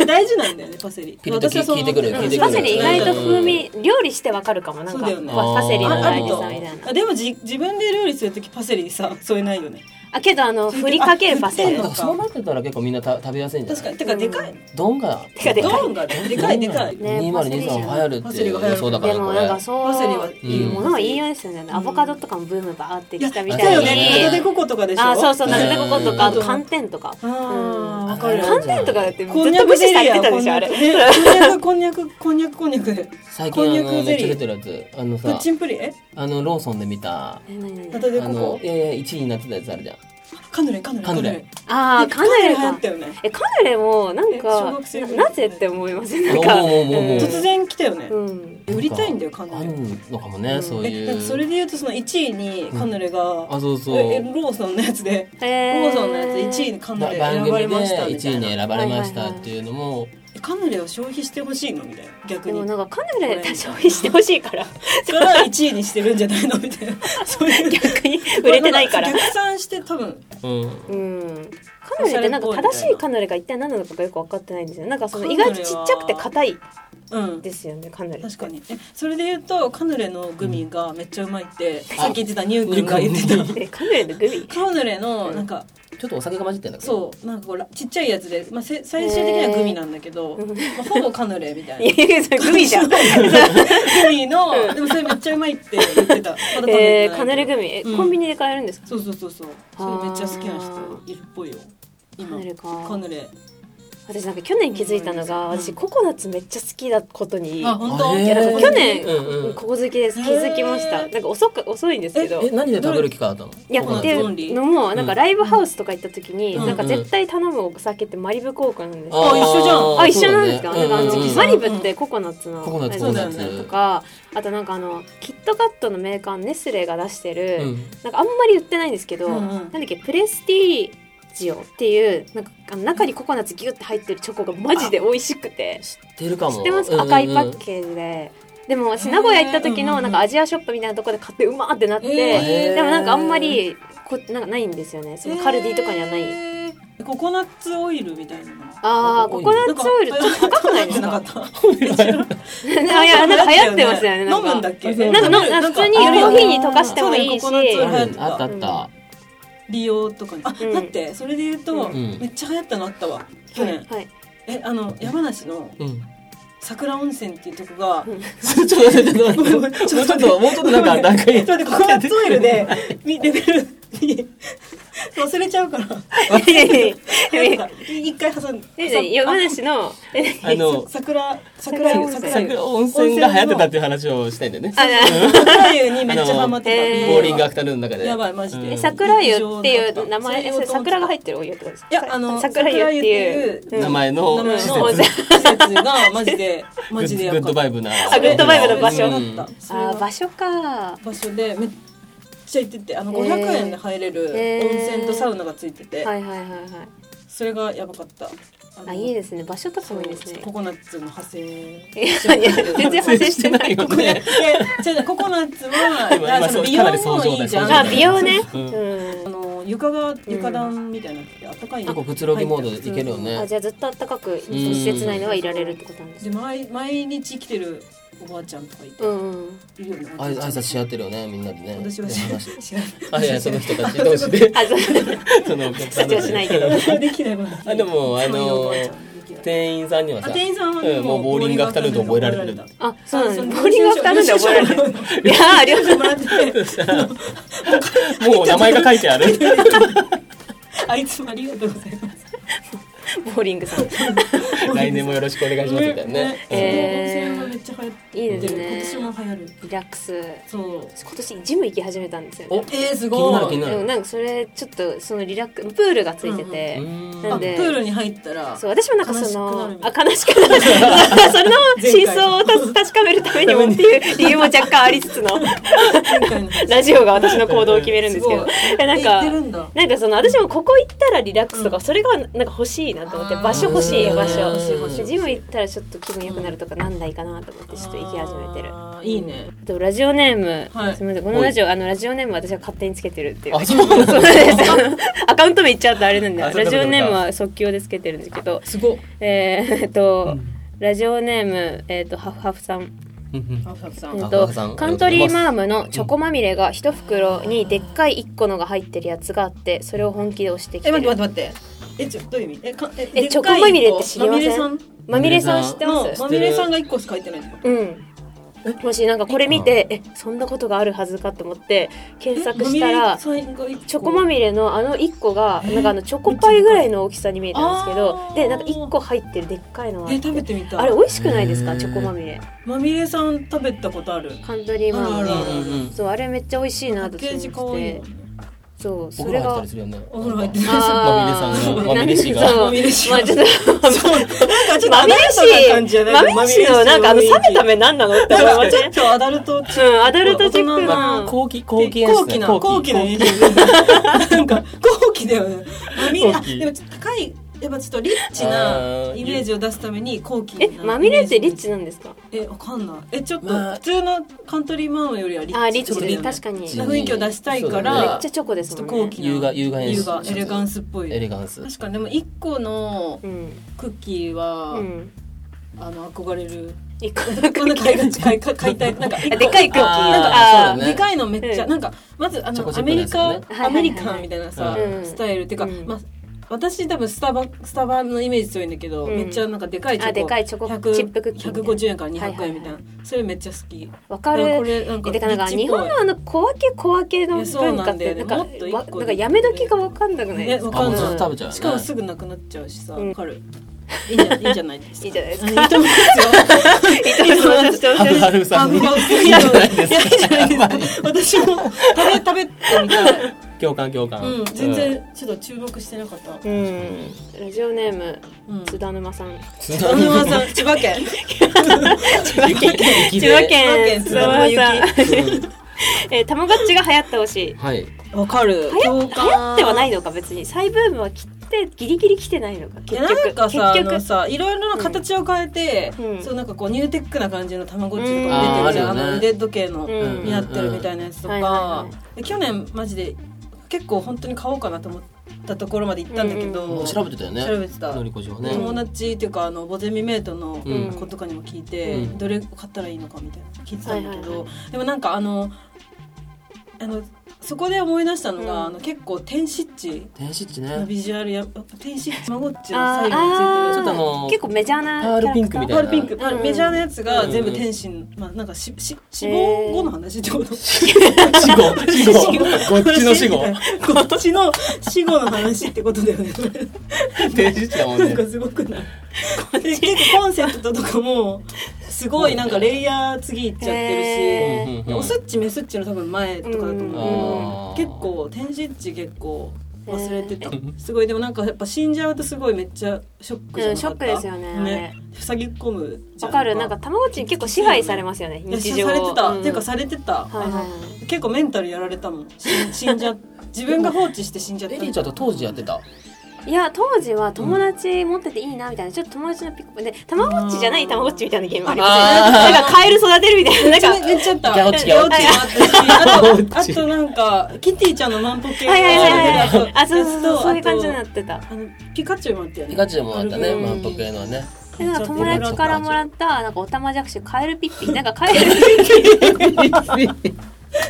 な大事なんだよねパセリ
ピリッと
私
き
はそう思って
効いてくる効いてくる
パセリ意外と風味、料理してわかるかもなん
そう
か、
だよね
パセリ
あ
の
あ
大
る
事
と
さみたいな
あでもじ自分で料理する時パセリさ添えないよね
あけどあの振りかけるパセリ
あ
だ
振
か
っ
らそうなってたら結構みんなた食べやすいんじゃな
確
い
かにてかでかい、
ドンが
てかでかい
ドーンがでかいでかい、
ね
2023流行るって予想だか
で
ら
も
こ
なん
れ
かそう
パセリはい
いよ
ものはいいようですよね、アボカドとかもブームバーって
いや
き
来た
た
よ
み
ね
たい
や
に
ナルデココとかでしょ
あそうそう
うん
ナルデココとかあと寒天とか
あー
うん
わかる
寒天とかだってずっ
こんにゃ
と
く
無視
ゼ
さ
リ
れ
ー
てた
や
でしょあれ
こんにゃくこんにゃくこんにゃくこんにゃく
最
こんに
近
ゃ
あの
くゼ
めっちゃ
リ
出
ー
てるやつあの
プッ
さ
チンプリンえ
あのローソンで見た
え何
ナ
何
タデ
あ
コ
の
コ
いやいや1位になってたやつあるじゃん
カヌレカヌレ
カヌレ
ああカヌレ
流行
か
ったよね
えカヌレもなん
え小
か
学生ぐらい
ななぜって思いませんなんか
もうもうもうもう
突然来たよね
うんうん
売りたいんだよカ
あ
ヌレ
るのかもね、
うん
そう
え
い
なんか
う
それで言うとその1位にカヌレが
あそうそう
ええローソンのやつで
え
ロ
ー
ーソンのやつ1位にカヌ
ば
レ
番
選ばれ
組で
ましたみた
1位
い
に
な
選ばれましたっていうのも
えカヌレを消費してほしいのみたいな逆
で
に
もなんかカヌ
こ
レ
れ
消費してほしい から
それは1位にしてるんじゃないのみたいなそういう
逆に売れてないから
逆算して多分
うん
うんカヌレってなんか正しいカヌレが一体何なのかがよく分かってないんですよなんかその意外とちっちゃくて硬い
うん
ですよねカヌレ
確かにえそれで言うとカヌレのグミがめっちゃうまいって、
ん
さっき言ってたニュー君が言ってた
えカヌレのグミ
カヌレのなんか、
ちょっとお酒が混じってんだけど
そうなんかこうらちっちゃいやつで、まあ、せ最終的にはグミなんだけど、まあ、ほぼカヌレみたいない
やいやそれグミじゃん
グミのでもそれめっちゃうまいって言ってたまだ食べ
えー
てない
カヌレグミえコンビニで買えるんですか
そうそうそうそうそれめっちゃ好きな人いるっぽいよ
カ
今
ヌレか
カヌレ
私なんか去年気づいたのが、
うん
私ココナッツめっちゃ好きだことに、
あ本当
あれ
いやなんか去年、
うんうん
ここ好きです気づきました
へー
なんか遅く遅いんですけど
え何で食べる機会あったの
いや
ココナ
っ
ッ
て
ツ
い
オンリ
う
ー
のもなん
う
か
ん
ライブハウスとか行った時に、
うん
なんか絶対頼むお酒ってマリブ効果なんですよ、
あ一緒じゃん
ー
あ一緒なんですか、
そうだ
な
ね
ん
うん
かあの、
うんうん
マリブってココナッツの
ココナッ
あ
ツ
れ
コ
コ
コ
ナ
ナ
ッツ
とかあとなんかあのキットカットのメーカーのネスレが出してる、
うん
なんかあんまり売ってないんですけど、
うんうん
なんだっけプレスティジオっていうなんかあの中にココナッツギュって入ってるチョコがマジで美味しくて
知ってるかも
知ってます、赤いパッケージで。でも私名古屋行った時
うんうんう
の
ん
なんかアジアショップみたいなとこで買ってうまーってなって、
へー
でもなんかあんまりこなんかないんですよねそのカルディとかにはない、
えーココナッツオイルみたいなの
ああココナッツオイルちょっと高くないですか
なんかった
あいやなんか流行ってますよねなん
飲
か
むんだっけ
なんかなんか普通にコーヒーに溶かしてもいいし
そうだよココナッツオイル
あるあったあった
利用とかにあ、
うん
だってそれで言うと、
うん
めっちゃ流行ったのあったわ去年、
はい
えあの山梨の
うん
桜温泉っていうとこが、
うん
ちょっと待ってちょっと待って
ちょっと待って
もうちょっともうちょっとなんかなんか
ちょ っと待ってココナッツオイルでみレベルに忘れちゃうから
いやいやいやいやい
な
や
んか一回挟ん
いやいや
挟
山
ん
梨のえ
あの
さ桜桜湯
桜
桜湯
桜温泉が流行ってたっていう話をしたいんだよね
あ
桜湯にめっちゃハマっ
あ
て
の
た
ボーリングアフタヌーンの中で
やばいマジで
うん
え桜湯っていう名前え
そう
そ
いう
れ
音
桜が入ってるお湯ってことですか
いやあの
桜湯っていう
桜湯って
うん
名前の
名前の
施
温
設
泉
施設 がマジでマジでや
グ
ば
ッ
か
ド
っ
バ
た
イブな
あグッドバイブの場所
う
だ
ん
ったそれ
あ
が
ー場所か
場所でめっちゃ行っててあの
へー
500円で入れる
へー
温泉とサウナがついてて、
はいはいはいはい。
それがやばかったあの
あ、いいですね。場所とかもいいですね
コ。コナッツの派生
いやいや全然派生してない。
よ
いや
ね
違う違うココナッツは
今今
あその美
かなり
容
相
も
乗
い
だ
いじゃん
あ、美容ね。
うん
う
あ
ん。
の床が床暖みたいなのってあったかい
結構くつろぎモードでいけるよ
あ、
ね
じゃあずっと暖かく施設内ではいられるってことなんです
で
ね。
毎毎日来てるおばあちゃんとかいて
うんうん。
いるよね
あ挨拶し合ってるよねみんなでね
私は知らない知らない
あいやその人たち同士で
あ、そう。
そのお客さん
私は
同士
し
で
ないけど。
私はできないわ
あでもあの
そういうおばあちゃんできない
店員さんには
あ
さ
店員さんは
う
ね
んもうボーリングアフタヌーンで覚えられてる
あ、そうなんで
あ
す。
の
ボーリングアフターなんで覚えられる。いやー、ありがとう
もらって
もう名前が書 いてある
あいつもありがとうございます
ボーリングさん。い
来年もよろしくお願いしますみたいなね
え
え温泉はめっちゃ流行って
い
る
です
今
ね。
年も流行る
リラックス。
そう
今年ジム行き始めたんですよ
お
ね。
えー、す
気になる
ご
気
い
にな
うん、
る
なんかそれちょっとそのリラックプールがついてて、
うん
な
あ
ん
プ
で
ールに入ったら
そう私もなんかそ
悲
の
しくな
あ悲しくな るその真相をた確かめるためにもっていう理由も若干ありつつの
みたいな
ラジオが私の行動を決めるんですけど
す
えなん
行って
か
るんだ
なんかその私もここ行ったらリラックスとか、それがなんか欲しいなと思って
あー
場所欲しい場所
欲しい欲しい
でジム行ったらちょっと気分良くなるとかなんないかなと思ってちょっと行き始めてる。
あーいいね
あとラジオネーム、
はい
すみませんこのラジオあのラジオネーム私が勝手につけてるっていう
あそうなんだ
そうですあのアカウント名言っちゃうとあれなんで
あそうい
ラ
うこ
ジ
とか
オネームは即興でつけてるんですけど
すごい
えー、っと、
うん
ラジオネーム、えー、とハフハフさん、
うんうん
あささ
えー、
ん
ハフハフさ
と
ん
カントリーマームのチョコまみれが一袋にでっかい一個のが入ってるやつがあってそれを本気で押してきて
え待って
る
待って待ってえちょどういう意味えかえ
え
でっかい
チョコまみれって知りません
まみれさん
まみれさん知ってま
の
す
まみれさんが一個しか入ってないってこ
うんもしなんかこれ見てえそんなことがあるはずかと思って検
と
索したら
まみれさんが一個
チョコまみれのあの1個が
えー
なんかあのチョコパイぐらいの大きさに見えたんですけど
あー
でなんか1個入ってるでっかいのがあ
え
って
食べてみた
あれ美味しくないです
へ
か
ー
チョコまみれ
まみれさん食べたことある
カントリーマー
あるあ
ム
る
うんうんうん
そうあれめっちゃ美味しい
パ
な
ッ
と
ケージ可
思っ
愛い
て
もんね
そうそ
お風
れ
呂
が
入ったりするよね
お風呂入ってる
あー
まみれさんがまみれ氏が
そう
まみれ氏が
まあちょっと
なんかちょっと
ま
ア
み
ダ
れ
ルトな感じじゃ
氏
ない
まみれ氏のなんかあの冷めた目なんなのって思いま
ち
せ
ょ
ん
っとアダルトチッ
うんアダルトチック
ま
な
あ
後期後期や
後
つ
期
ね
な後期の
後期
なんか後期だよねまみれ
後
あ
期
でもちょっと高いやっぱちょっとリッチ
あ
な
ー
イメージを出すために後期
えまみれってリッチなんですか
えわかんないえちょっと
まあ
普通のカントリーマンよりはリッチ
あーリッ
ちょ
チ
っと
で
リ
す
ッ
確かに
リッチ
め
な
っ
雰囲気を出したいか
そうだ
ら
ね
ちゃチョコです
ちょっと
もんね
高貴な
優雅優雅変身
優雅エレガンスっぽ
エレ
い
ガンス
確かにでも1個の
うん
クッキーは、
うん
あの憧れる
一個
こんな買いが買い買いたいなんか
あでかいクッキー
あー
なんか
そうだね
でかいのめっちゃ、
うん
なんかまずあ
チョ
の
コチ
ア
ップ
メ
のや
リ
つだ
カ、
ね
はいはいはい
アメリカンみたいなさ、
うん
スタイルっていうか、
うん
まあ私多分スタバスタバのイメージ強いんだけど、
うん
めっちゃなんかでかいチ
あ
ョコ
でかいチョコ
100
チップクッキーみたいな
150円から200円みたいな、
はいはいは
それめっちゃ好き
わか
なん
る
これなんか
えてかなんか
リッチ
日
っぽい
本のあの小分け小分けの
いやそう
文化
な
っ
んだ
て
よ
な
ね
んか
もっと一個
わなんかやめ時がわかんなくない
ね
です
わ
か
かん
あもう
な
ずっ
い
と食べちゃうよね
しかもすぐなくなっちゃうしさ、
うん
わかるいいんじゃいいんじゃないですか。
いいじゃないですか
か。いいと思い ますよ。
ハブハルさんもね
いいじゃないですか。いいじゃないですか。私も食べ食べてみたい。
共感共感、
うん、全然ちょっと注目してなかった。
うん、ラジオネーム、
うん
津田沼さん
津
田沼さん、千葉県。
千
雪雪
葉
で
県津
津
田
田
沼さ
沼
ん
さん、
えー、たまごっちが流行ってほしい
はい
わか
流
る。
行
共
流行
感
ってはないのか別に再ブームは切ってギリギリ来てないのか
い
結
や
局
なんかさあ
結
の
局
さいろいろな形を変えて、
うん
そうなんかこうニューテックな感じの卵っちとかも出てるじゃん、
うんあーあるよね
あの腕時計の、
うん
になってるみたいなやつと
うんはいはい
か、
はい
で去年マジで結構本当に買おうかなと思ったところまで行ったんだけど、
うんうん
調べてたよね
調べてた
のりこじはね
友達っていうかあのボゼミメイトの
うん
子とかにも聞いて、
うん
どれ買ったらいいのかみたいな聞いてたんだけど、
はいはい
でもなんかあのあのそこで思い出したのが、
うん
あの結構天使っち
天使っち
の
ね
ビジュアルややっぱ天使っちまごっちの
あー
最後について
あ
る
ー
ちょっとあの
結構メジャーな
パールピンクみ
キャラクター
たい
パー
な
ルピンク、パール
うん
メジャーなやつが全部
うん
天心、まあなんかしし死亡後の話ってこと死
死後死後こっちの死後
こっちの死後の話ってことだよね
天使っちだもん
なん
ね
かすごくない結構コンセプトとかもすごいなんかレイヤー次いっちゃってるし、
へー
うんうんうん
おすっちメスっちの多分前とかだと思うけど、結構天使っち結構忘れてた、すごいでもなんかやっぱ死んじゃうとすごいめっちゃショックじゃなか
う
った、
んショックですよねあれ
塞ぎ込むじゃ
わかるなんかたまごっちに結構支配されますよね
いや
日常
されてた、
ん
っていうかされてた、
はいはいは
あの結構メンタルやられたもん死ん 死んじゃ自分が放置して死んじゃった
エリーちゃんと当時やってた
いや当時は友達持ってていいなみたいなちょっと友達のピックでたまごっちじゃないたまごっちみたいなゲームあります
あ
よ
ー
ねなんかカエル育てるみた いな
めっちゃ
なんか
めっちゃやった
ギャオチギャオチ
ギ
ギャオ
ャオチあとあ
チ
となんかキティちゃんの万歩計
はいはいはいはい
と
あそうそうそうそういう感じに
あ
な
と
ってた
あのピカチュウもあったよね
ピカチュウもあったね
うん
万歩計のはね
でなんか友達からもらったなんかおたまじゃくしカエルピッピなんかカエル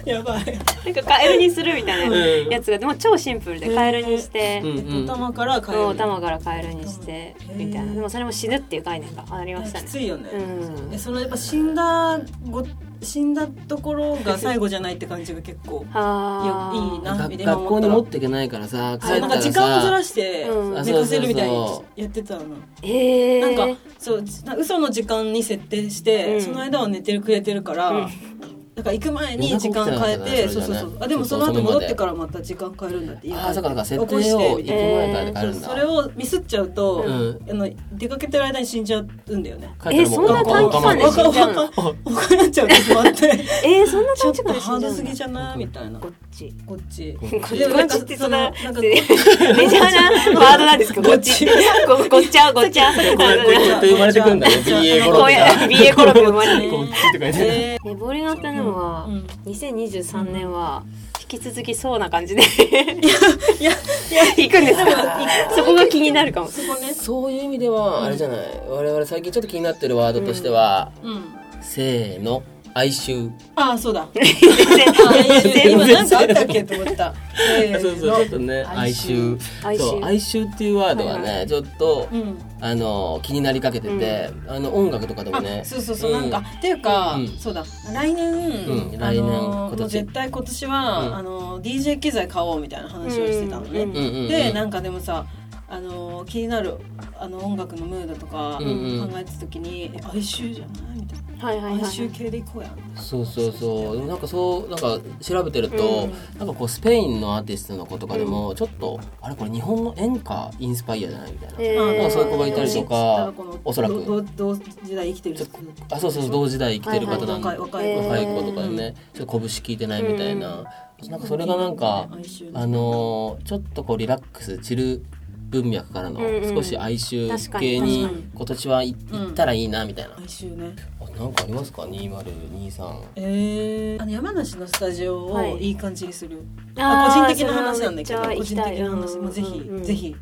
やばい
なんかカエルにするみたいな
うん
やつがでも超シンプルでカエルにして
うんうん
お玉から帰る
お玉からカエルにしてみたいなでもそれも死ぬっていう概念がありました
き
ね
ついよね、
うん
えそのやっぱ死んだご死んだところが最後じゃないって感じが結構
あー
よいいな
が
今思
学
った
校に持っていけないからさ帰
あな
った
んから時間をずら
さ
して
うん
寝かせるみたい
そう
に
そうそ
やってたの
へ
なん
ー
かそうな嘘の時間に設定して、
うん
その間は寝てるくれてるから、
うん
だから行く前に時間変えて、
夜中起きて
そう
たん
そうそう
だねそれじゃね
あでも
ち
そ
ょ
の後
っと遅めまで
戻ってからまた時間変えるんだって
あーそうかだから
起
設
こ
定
して
を
み
行く
たいな
前から帰るんだ
そうそれをミスっちゃうと、
うん
あの出かけてる間に死んじゃうんだよね
帰ったらもう
えそんな短期間で
お
死
釜
んじゃうの
お金なっちゃう時もあって
えーそんな
ち
短
ょっ
時
と
間で死んじゃ
ハー
う
ド
の
すぎじゃないみたいな
こ
こ
っち
っち
こっち
でもなんか
ってそんな
なんか
メジャーなワードなんですけど、こっち。こごっちゃ、ごっちゃ。
っち生まれてくんだね BA コ
こ
ロ
う
ッケ
や、BA コロッケ生まれ
こ
て
う
こっちって書いてある
ね
え
ボーリングアフタヌーンは
うんうん、
2023年は、引き続きそうな感じで、
ーいや
行くんですかそこが気になるかも。
そこね
そういう意味ではあれじゃない我々最近ちょっと気になってるワードとしては
うん
せーの哀愁
ああそうだ
全然
今なんかあったっけと思った。せーの
そうそうちょっとね哀
哀愁
愁
哀愁
そう哀愁っていうワードは
はい
ねちょっと
うん。
あの気になりかけててあの音楽とかでも
あ
ね
そうそうそう、なんかっていうか、
うん
そうだ来年、
うん
あ
来年
の
今年
もう絶対今年は、
うん
あの DJ 機材買おうみたいな話をしてたのね、
うん
うんうんうん
でなんかでもさあの気になるあの音楽のムードとか
うんうん
考えてた時に「え哀愁じゃない?」みたいな
はいはい
「哀
は
愁
い。
系でいこうや」みたいな
そうそうそうなんかそうなんか調べてると、なんかこうスペインのアーティストの子とかでもちょっと、あれこれ日本の演歌インスパイアじゃないみたいな、
えー
なんかそういう子がいたりとかおそらく
同同時代生きてる人
あそうそうそう同時代生きてる方なんで、
若い若い
えー
若い子とかでねちょっと拳聞いてないみたいな、なんかそれがなんか、
哀愁
あのーちょっとこうリラックス散る文脈からの
うんうん
少し哀愁
確
系
か
に
に
確かに
今年はい行ったらいいなみたいな、
哀愁ね
あなんかありますか2023
えー、あの山梨のスタジオ
はい
をいい感じにする、
あー
個人的な話なんだけど
それはめ
個
っち
人
ゃ行きたい
的な話もうぜひ、
うんうんうん
ぜひ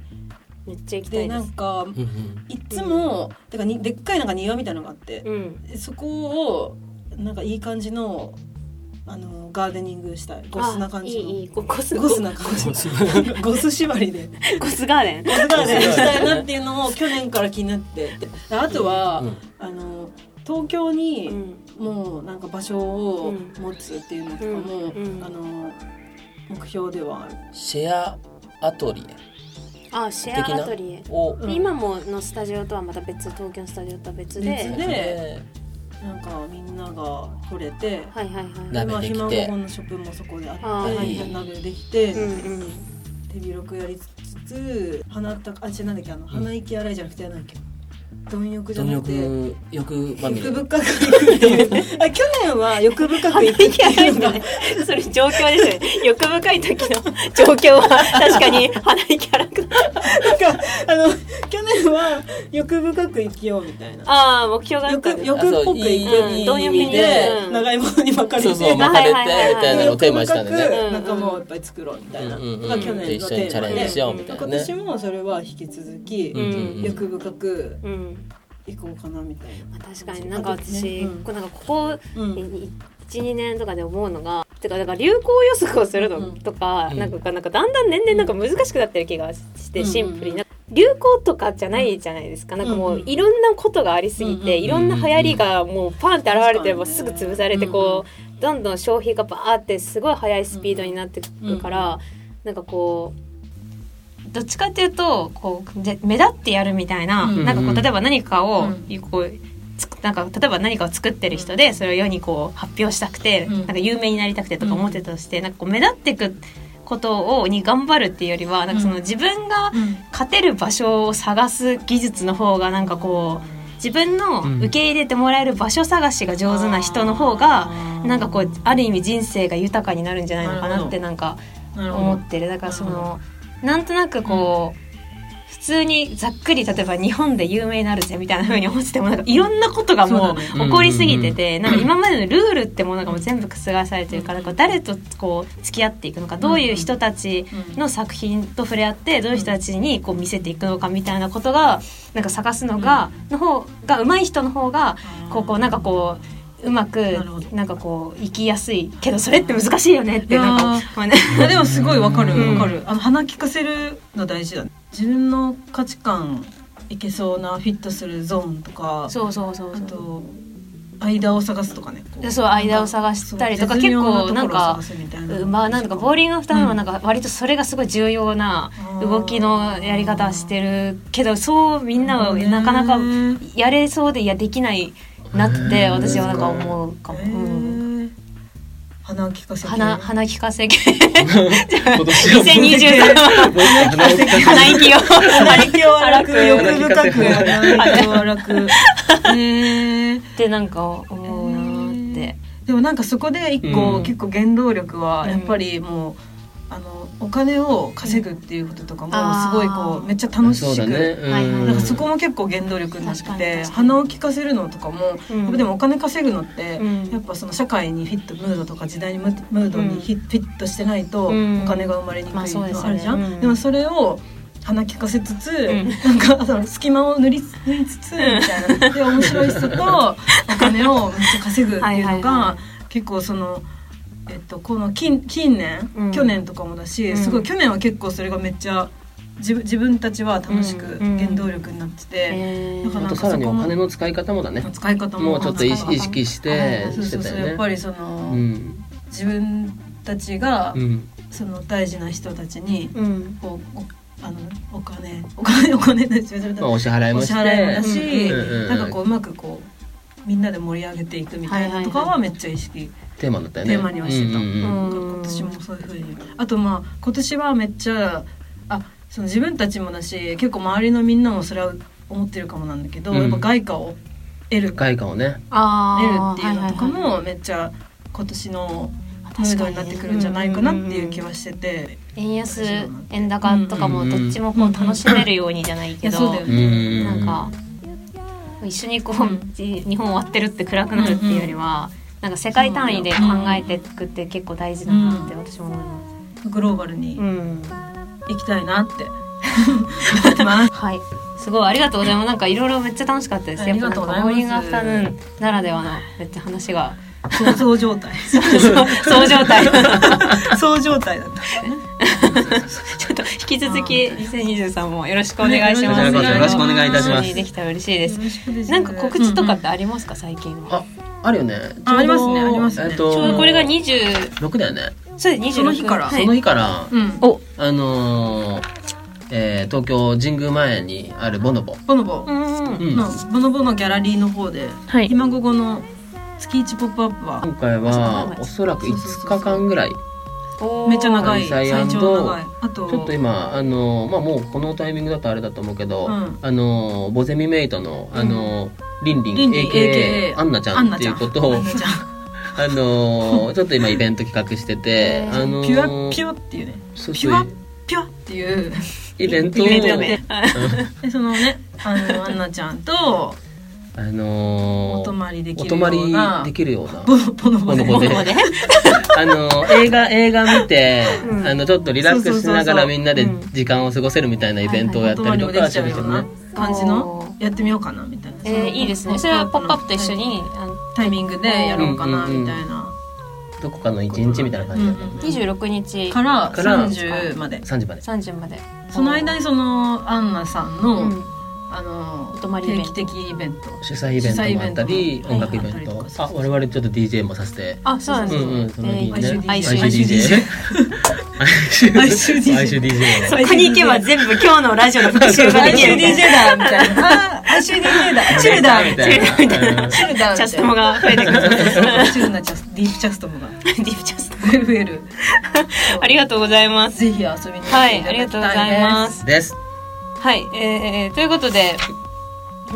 めっちゃ行きた
で
いで
なん
す。
か
うんうん
いつもてかにでっかいなんか庭みたいなのがあって、
うん。
そこをなんかいい感じのあのガーデニングしたいゴスな感じ
あ
の
いいいいゴゴス
ゴスな感 じのゴス縛りで
ゴスガーデン。
ゴスガーデンしたいなっていうのを去年から気になってであとは、
うん
あの東京に、
うん
もうなんか場所を持つっていうのとかも、
うんうん
あの目標ではある
シェアアトリエ
あシェ
的
アア
な
トリエ、
を
うん
今ものスタジオとはまた別東京のスタジオとは別で
別で
で
なんかみんなが来れて、
はいはいはい
な
今
鍋で
ひ
きて
まごこのショップもそこであって
あ
ー
はい
はい
鍋できて、
うんうん
手広くやりつつ鼻たあ違うなんだっけあの鼻息洗いじゃなくてなんだっけ貪欲じゃ
貪
なくて
欲欲まみれ
欲深く行くって いうねあ去年は欲深く行くって
ないいうじ
の
ゃ
が
ない それ状況ですよね欲深い時の状況は確かに鼻息荒くなる
なんかあの去年は欲深く生きようみたっ
ああ目標があったんだ
欲欲っぽく生きよ
うん
う
貪欲
に
で
うん
長いものにばかり
そ
で
うそう巻かれてみたいなのをテーマにしたんでね
うん
欲深く仲間をいっぱい作ろうみたいな
うんうんうん
のが去年
一
の
緒に
テ
チャ
ーマ
レン
で
ジしようみたい
今
なね
年もそれは引き続き
うんうんうん
欲深く
うん
行こうかなみたいな
まあ確かになんか私、
うん
こうなんかここ
うん
12年とかで思うのがてかだから流行予測をするのとか、
うん
なんかなんかだんだん年々なんか難しくなってる気がして、
うん
シンプルにな流行とかじゃないじゃないですかなんかもう
うん
いろんなことがありすぎて、
うん
いろんな流行りがもうパンって現れてれば
確
す
か
ぐ
にね
潰されてこう、どんどん消費がバーってすごい速いスピードになってくるから、なんかこう。どっちかっていうとこうで目立ってやるみたいな、
うん
なんかこう例えば何かを、
う
こうつくなんか例えば何かを作ってる人でそれを世にこう発表したくて、
う
な
ん
んか有名になりたくてとか思ってたとして、なんかこう目立ってくことをに頑張るっていうよりはなんかその
うん
自分が
うん
勝てる場所を探す技術の方がなんかこう自分の
うん
受け入れてもらえる場所探しが上手な人の方が、なんかこうある意味人生が豊かになるんじゃないのかなってなんか
なるほど
思ってるだからそのなんとなくこう、普通にざっくり例えば日本で有名になるぜみたいな風に思っててもなんかいろんなことがもう
そう
だね
起こりすぎてて、なんか今までのルールってものがもう全部覆されてるからこう誰とこう付き合っていくのかどういう人たちの作品と触れ合ってどういう人たちにこう見せていくのかみたいなことがなんか探すのがの方が上手い人の方がこうこうなんかこう。うまく
るほど
なんかこう生きやすいけどそれって難しいよねってなんか
いや
まあね
あでもすごいわかる
うん
わかる、あの鼻聞かせるの大事だね自分の価値観いけそうなフィットするゾーンとか
そうそうそう
あ
そう
と間を探すとかねこ
でそう間を探したりとか
そう
結
絶妙
構なん
ところを探
か
すみたいな
うんまあなんとかボーリングアフターンはなんか割とそれがすごい重要な動きのやり方してるけどそうみんなはなかなか
ね
やれそうでいやできないなって私はなんか思うかも。
へ
うん
ー鼻を聞かせて
鼻鼻聞かせ系
今年 は
2023は
僕は鼻を利かせ
鼻息を
鼻息を荒く欲深く
鼻
鼻息を荒くへー
ってなんか思うなーって。
でもなんかそこで一個、
うん
結構原動力はやっぱりもう、あのお金を稼ぐっていうこととかも
あー
すごいこうめっちゃ楽しく
そうだね。
はいはい
なんかそ
そこ
こも結構原動力になって
確かに確
て
かに
鼻を利かせるのとかも、
うん
やっぱでもお金稼ぐのって、
うん
やっぱその社会にフィットムードとか時代にムムード
うん
にフィフィットしてないとお
うん
金が生まれにくい
まあそうですよね
のあるじゃん、
うん
でもそれを鼻利かせつつ、
ん
なんかその隙間を塗り塗りつつみたいなで面白い 人とお金をめっちゃ稼ぐっていう
は
の
いはいは
が結構その。えっと、この近近年、
うん
去年とかもだし、
うん
すごい去年は結構それがめっちゃ自分自分たちは楽しく
うん
原動力になってて、
えー
だから
あとさらにお金の使い方もだね。
使い方も
もうちょっと意
なんか
意識して
そう
して
そう
た
そう、
よね。
やっぱりその、
うん。
自分たちが、
うん。
その大事な人たちに、
うん
こうおあのお金お金お金たち自分たち
まあお支払い
お
も
支
して。
払いもだし、
うんうんうん
なんかこううまくこうみんなで盛り上げていくみたいなのとか
はいは
はめっちゃ意識、
テーマだったよね。
テーマにはしてた
うんうんう
うん
ん
今年もそういうふうにあとまあ今年はめっちゃあその自分たちもだし結構周りのみんなもそれは思ってるかもなんだけど、
うん
やっぱ外貨を得る得る
外貨をね。
あー
っていうのとか
はいはいはい
もめっちゃ今年のムードになってくるんじゃないかなっていう気はしてて、
円安円高とかもどっちもこう楽しめるようにじゃないけど、
うんうんいやそうだよ
うんうん
な
うんん。
か一緒にこう、
うん
じ日本終わってるって暗くなるっていうよりは、なんか世界単位で考えていくって結構大事だなって私も思います。
グローバルに
うん
行きたいなって、思ってます
はいすごいありがとうございますなんかいろいろめっちゃ楽しかったです
あ
やっ
り
ぱ
が
なん
と
か
う
ボ
ございます
ーリングアフタヌーンならではのめっちゃ話が
想像状態
そう状態ち
そう状態だった
ょっと引き続き2023もよろしくお願いします、
こちらこそよろしくお願いいたします
できたら嬉しいです
す
なんか告知とかってありますか最近は、
あ、あるよね。
あありますねありますね
えっと
ちょうどこれが20
六だよね。
そうです26
その日から
はい
その日から
うん
お
あのーえー東京神宮前にあるボノボ
ボノボ
うん
うん
の、ボノボのギャラリーの方で、
はい
今午後の月一ポップアップは
今回はおそらく5日間ぐらい
めっちゃ長い
開
最
催
長長いあと
ちょっと今あのまあもうこのタイミングだとあれだと思うけど、
うん
あのボゼミメイトのあの、リンリン
リンリン
AKA
AKA
アンナちゃんっていうことを
アンナちゃん
あ のちょっと今イベント企画してて、あの
ピュアピュアっていうね
そう
ピ
そう
ュアピュアっていう
イベントを
イベントだね
でそのねあのアンナちゃんと
あの
お泊まりでき
お
る
泊
よ
ま
う
り
な
できるような
ボノボノボ
ボノ
で
ボで
もうね
あの映画映画見て、
うん
あのちょっとリラックスしなが
そうそうそうそ
ら
う
みんなで
うん
時間を過ごせるみたいなイベントをやっ
お泊
た
ま
り
り
と
もで
か
きち
して
ゃう
るよ
よう
ね
な。感じのやってみようかなみたいな、
えー、いいですねそれはポップアップと一緒にあの
タイミングでやろうかなみたいな、
どこかの一日みたいな感じだったのね。
26日
から
から
30まで
3時まで。
3時まで
その間にそのアンナさんの、
うん
あの
お泊まりイベント
定期的イベント
主催イベントもあった
主催
り
イベントも
音楽イベン
はい
ト
はい
あ我々ちょっと DJ もさせて
あそうなん
う
です
ん
ね、
うんその日ね
えー
ICU
ICDJ
ICDJ
ICDJ
ここに行けば全部今日のラジオの復習ができるみたいな
だみたいなあ ICDJ だチルだみたいな
みたいな
チルだみたいな
チャストモが増え てくる
チルなチャスディープチャストもが
ディープチャスト
増える
ありがとうございます
ぜひ遊びに来ていただき
は
たい
い
です
ありがとうございます
です
はい、えー、ということで、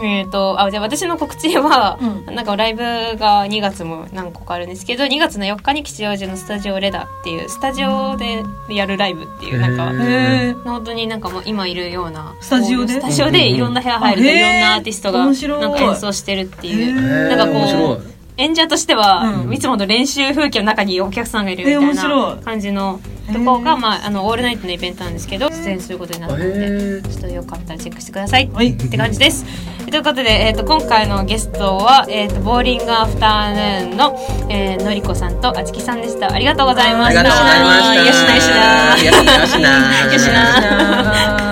えー、とあじゃあ私の告知は、
う
なんかライブが2月も何個かあるんですけど2月の4日に吉祥寺のスタジオレダっていうスタジオでやるライブっていう、なん
へ
か
ー
へー
本当になんかもう今いるような
スタジオで
スタジオでいろんな部屋入ると
うんうん
い
うん
ろんなアーティスト
あ
が
へー面白い
なんか演奏してるってい
へ
う
ー
なんかこう
面白い
演者としては、
うん
いつもの練習風景の中にお客さんがいるみた
えー面
い
白
ない感じのとこ
へ
が、
ー
まあ、あのオールナイトのイベントなんですけど出演することになったので。
へ
ちょっとよかったらチェックしてくださいっ
はい
て感じです。ということで、えー、と今回のゲストは、えー、とボーリングアフターヌーンの、えーのりこさんとあちきさんでした。ありがとうござい
あ
まし
り
た。
がとうございました
よしなよしな。
よしなよしな
よしな
あー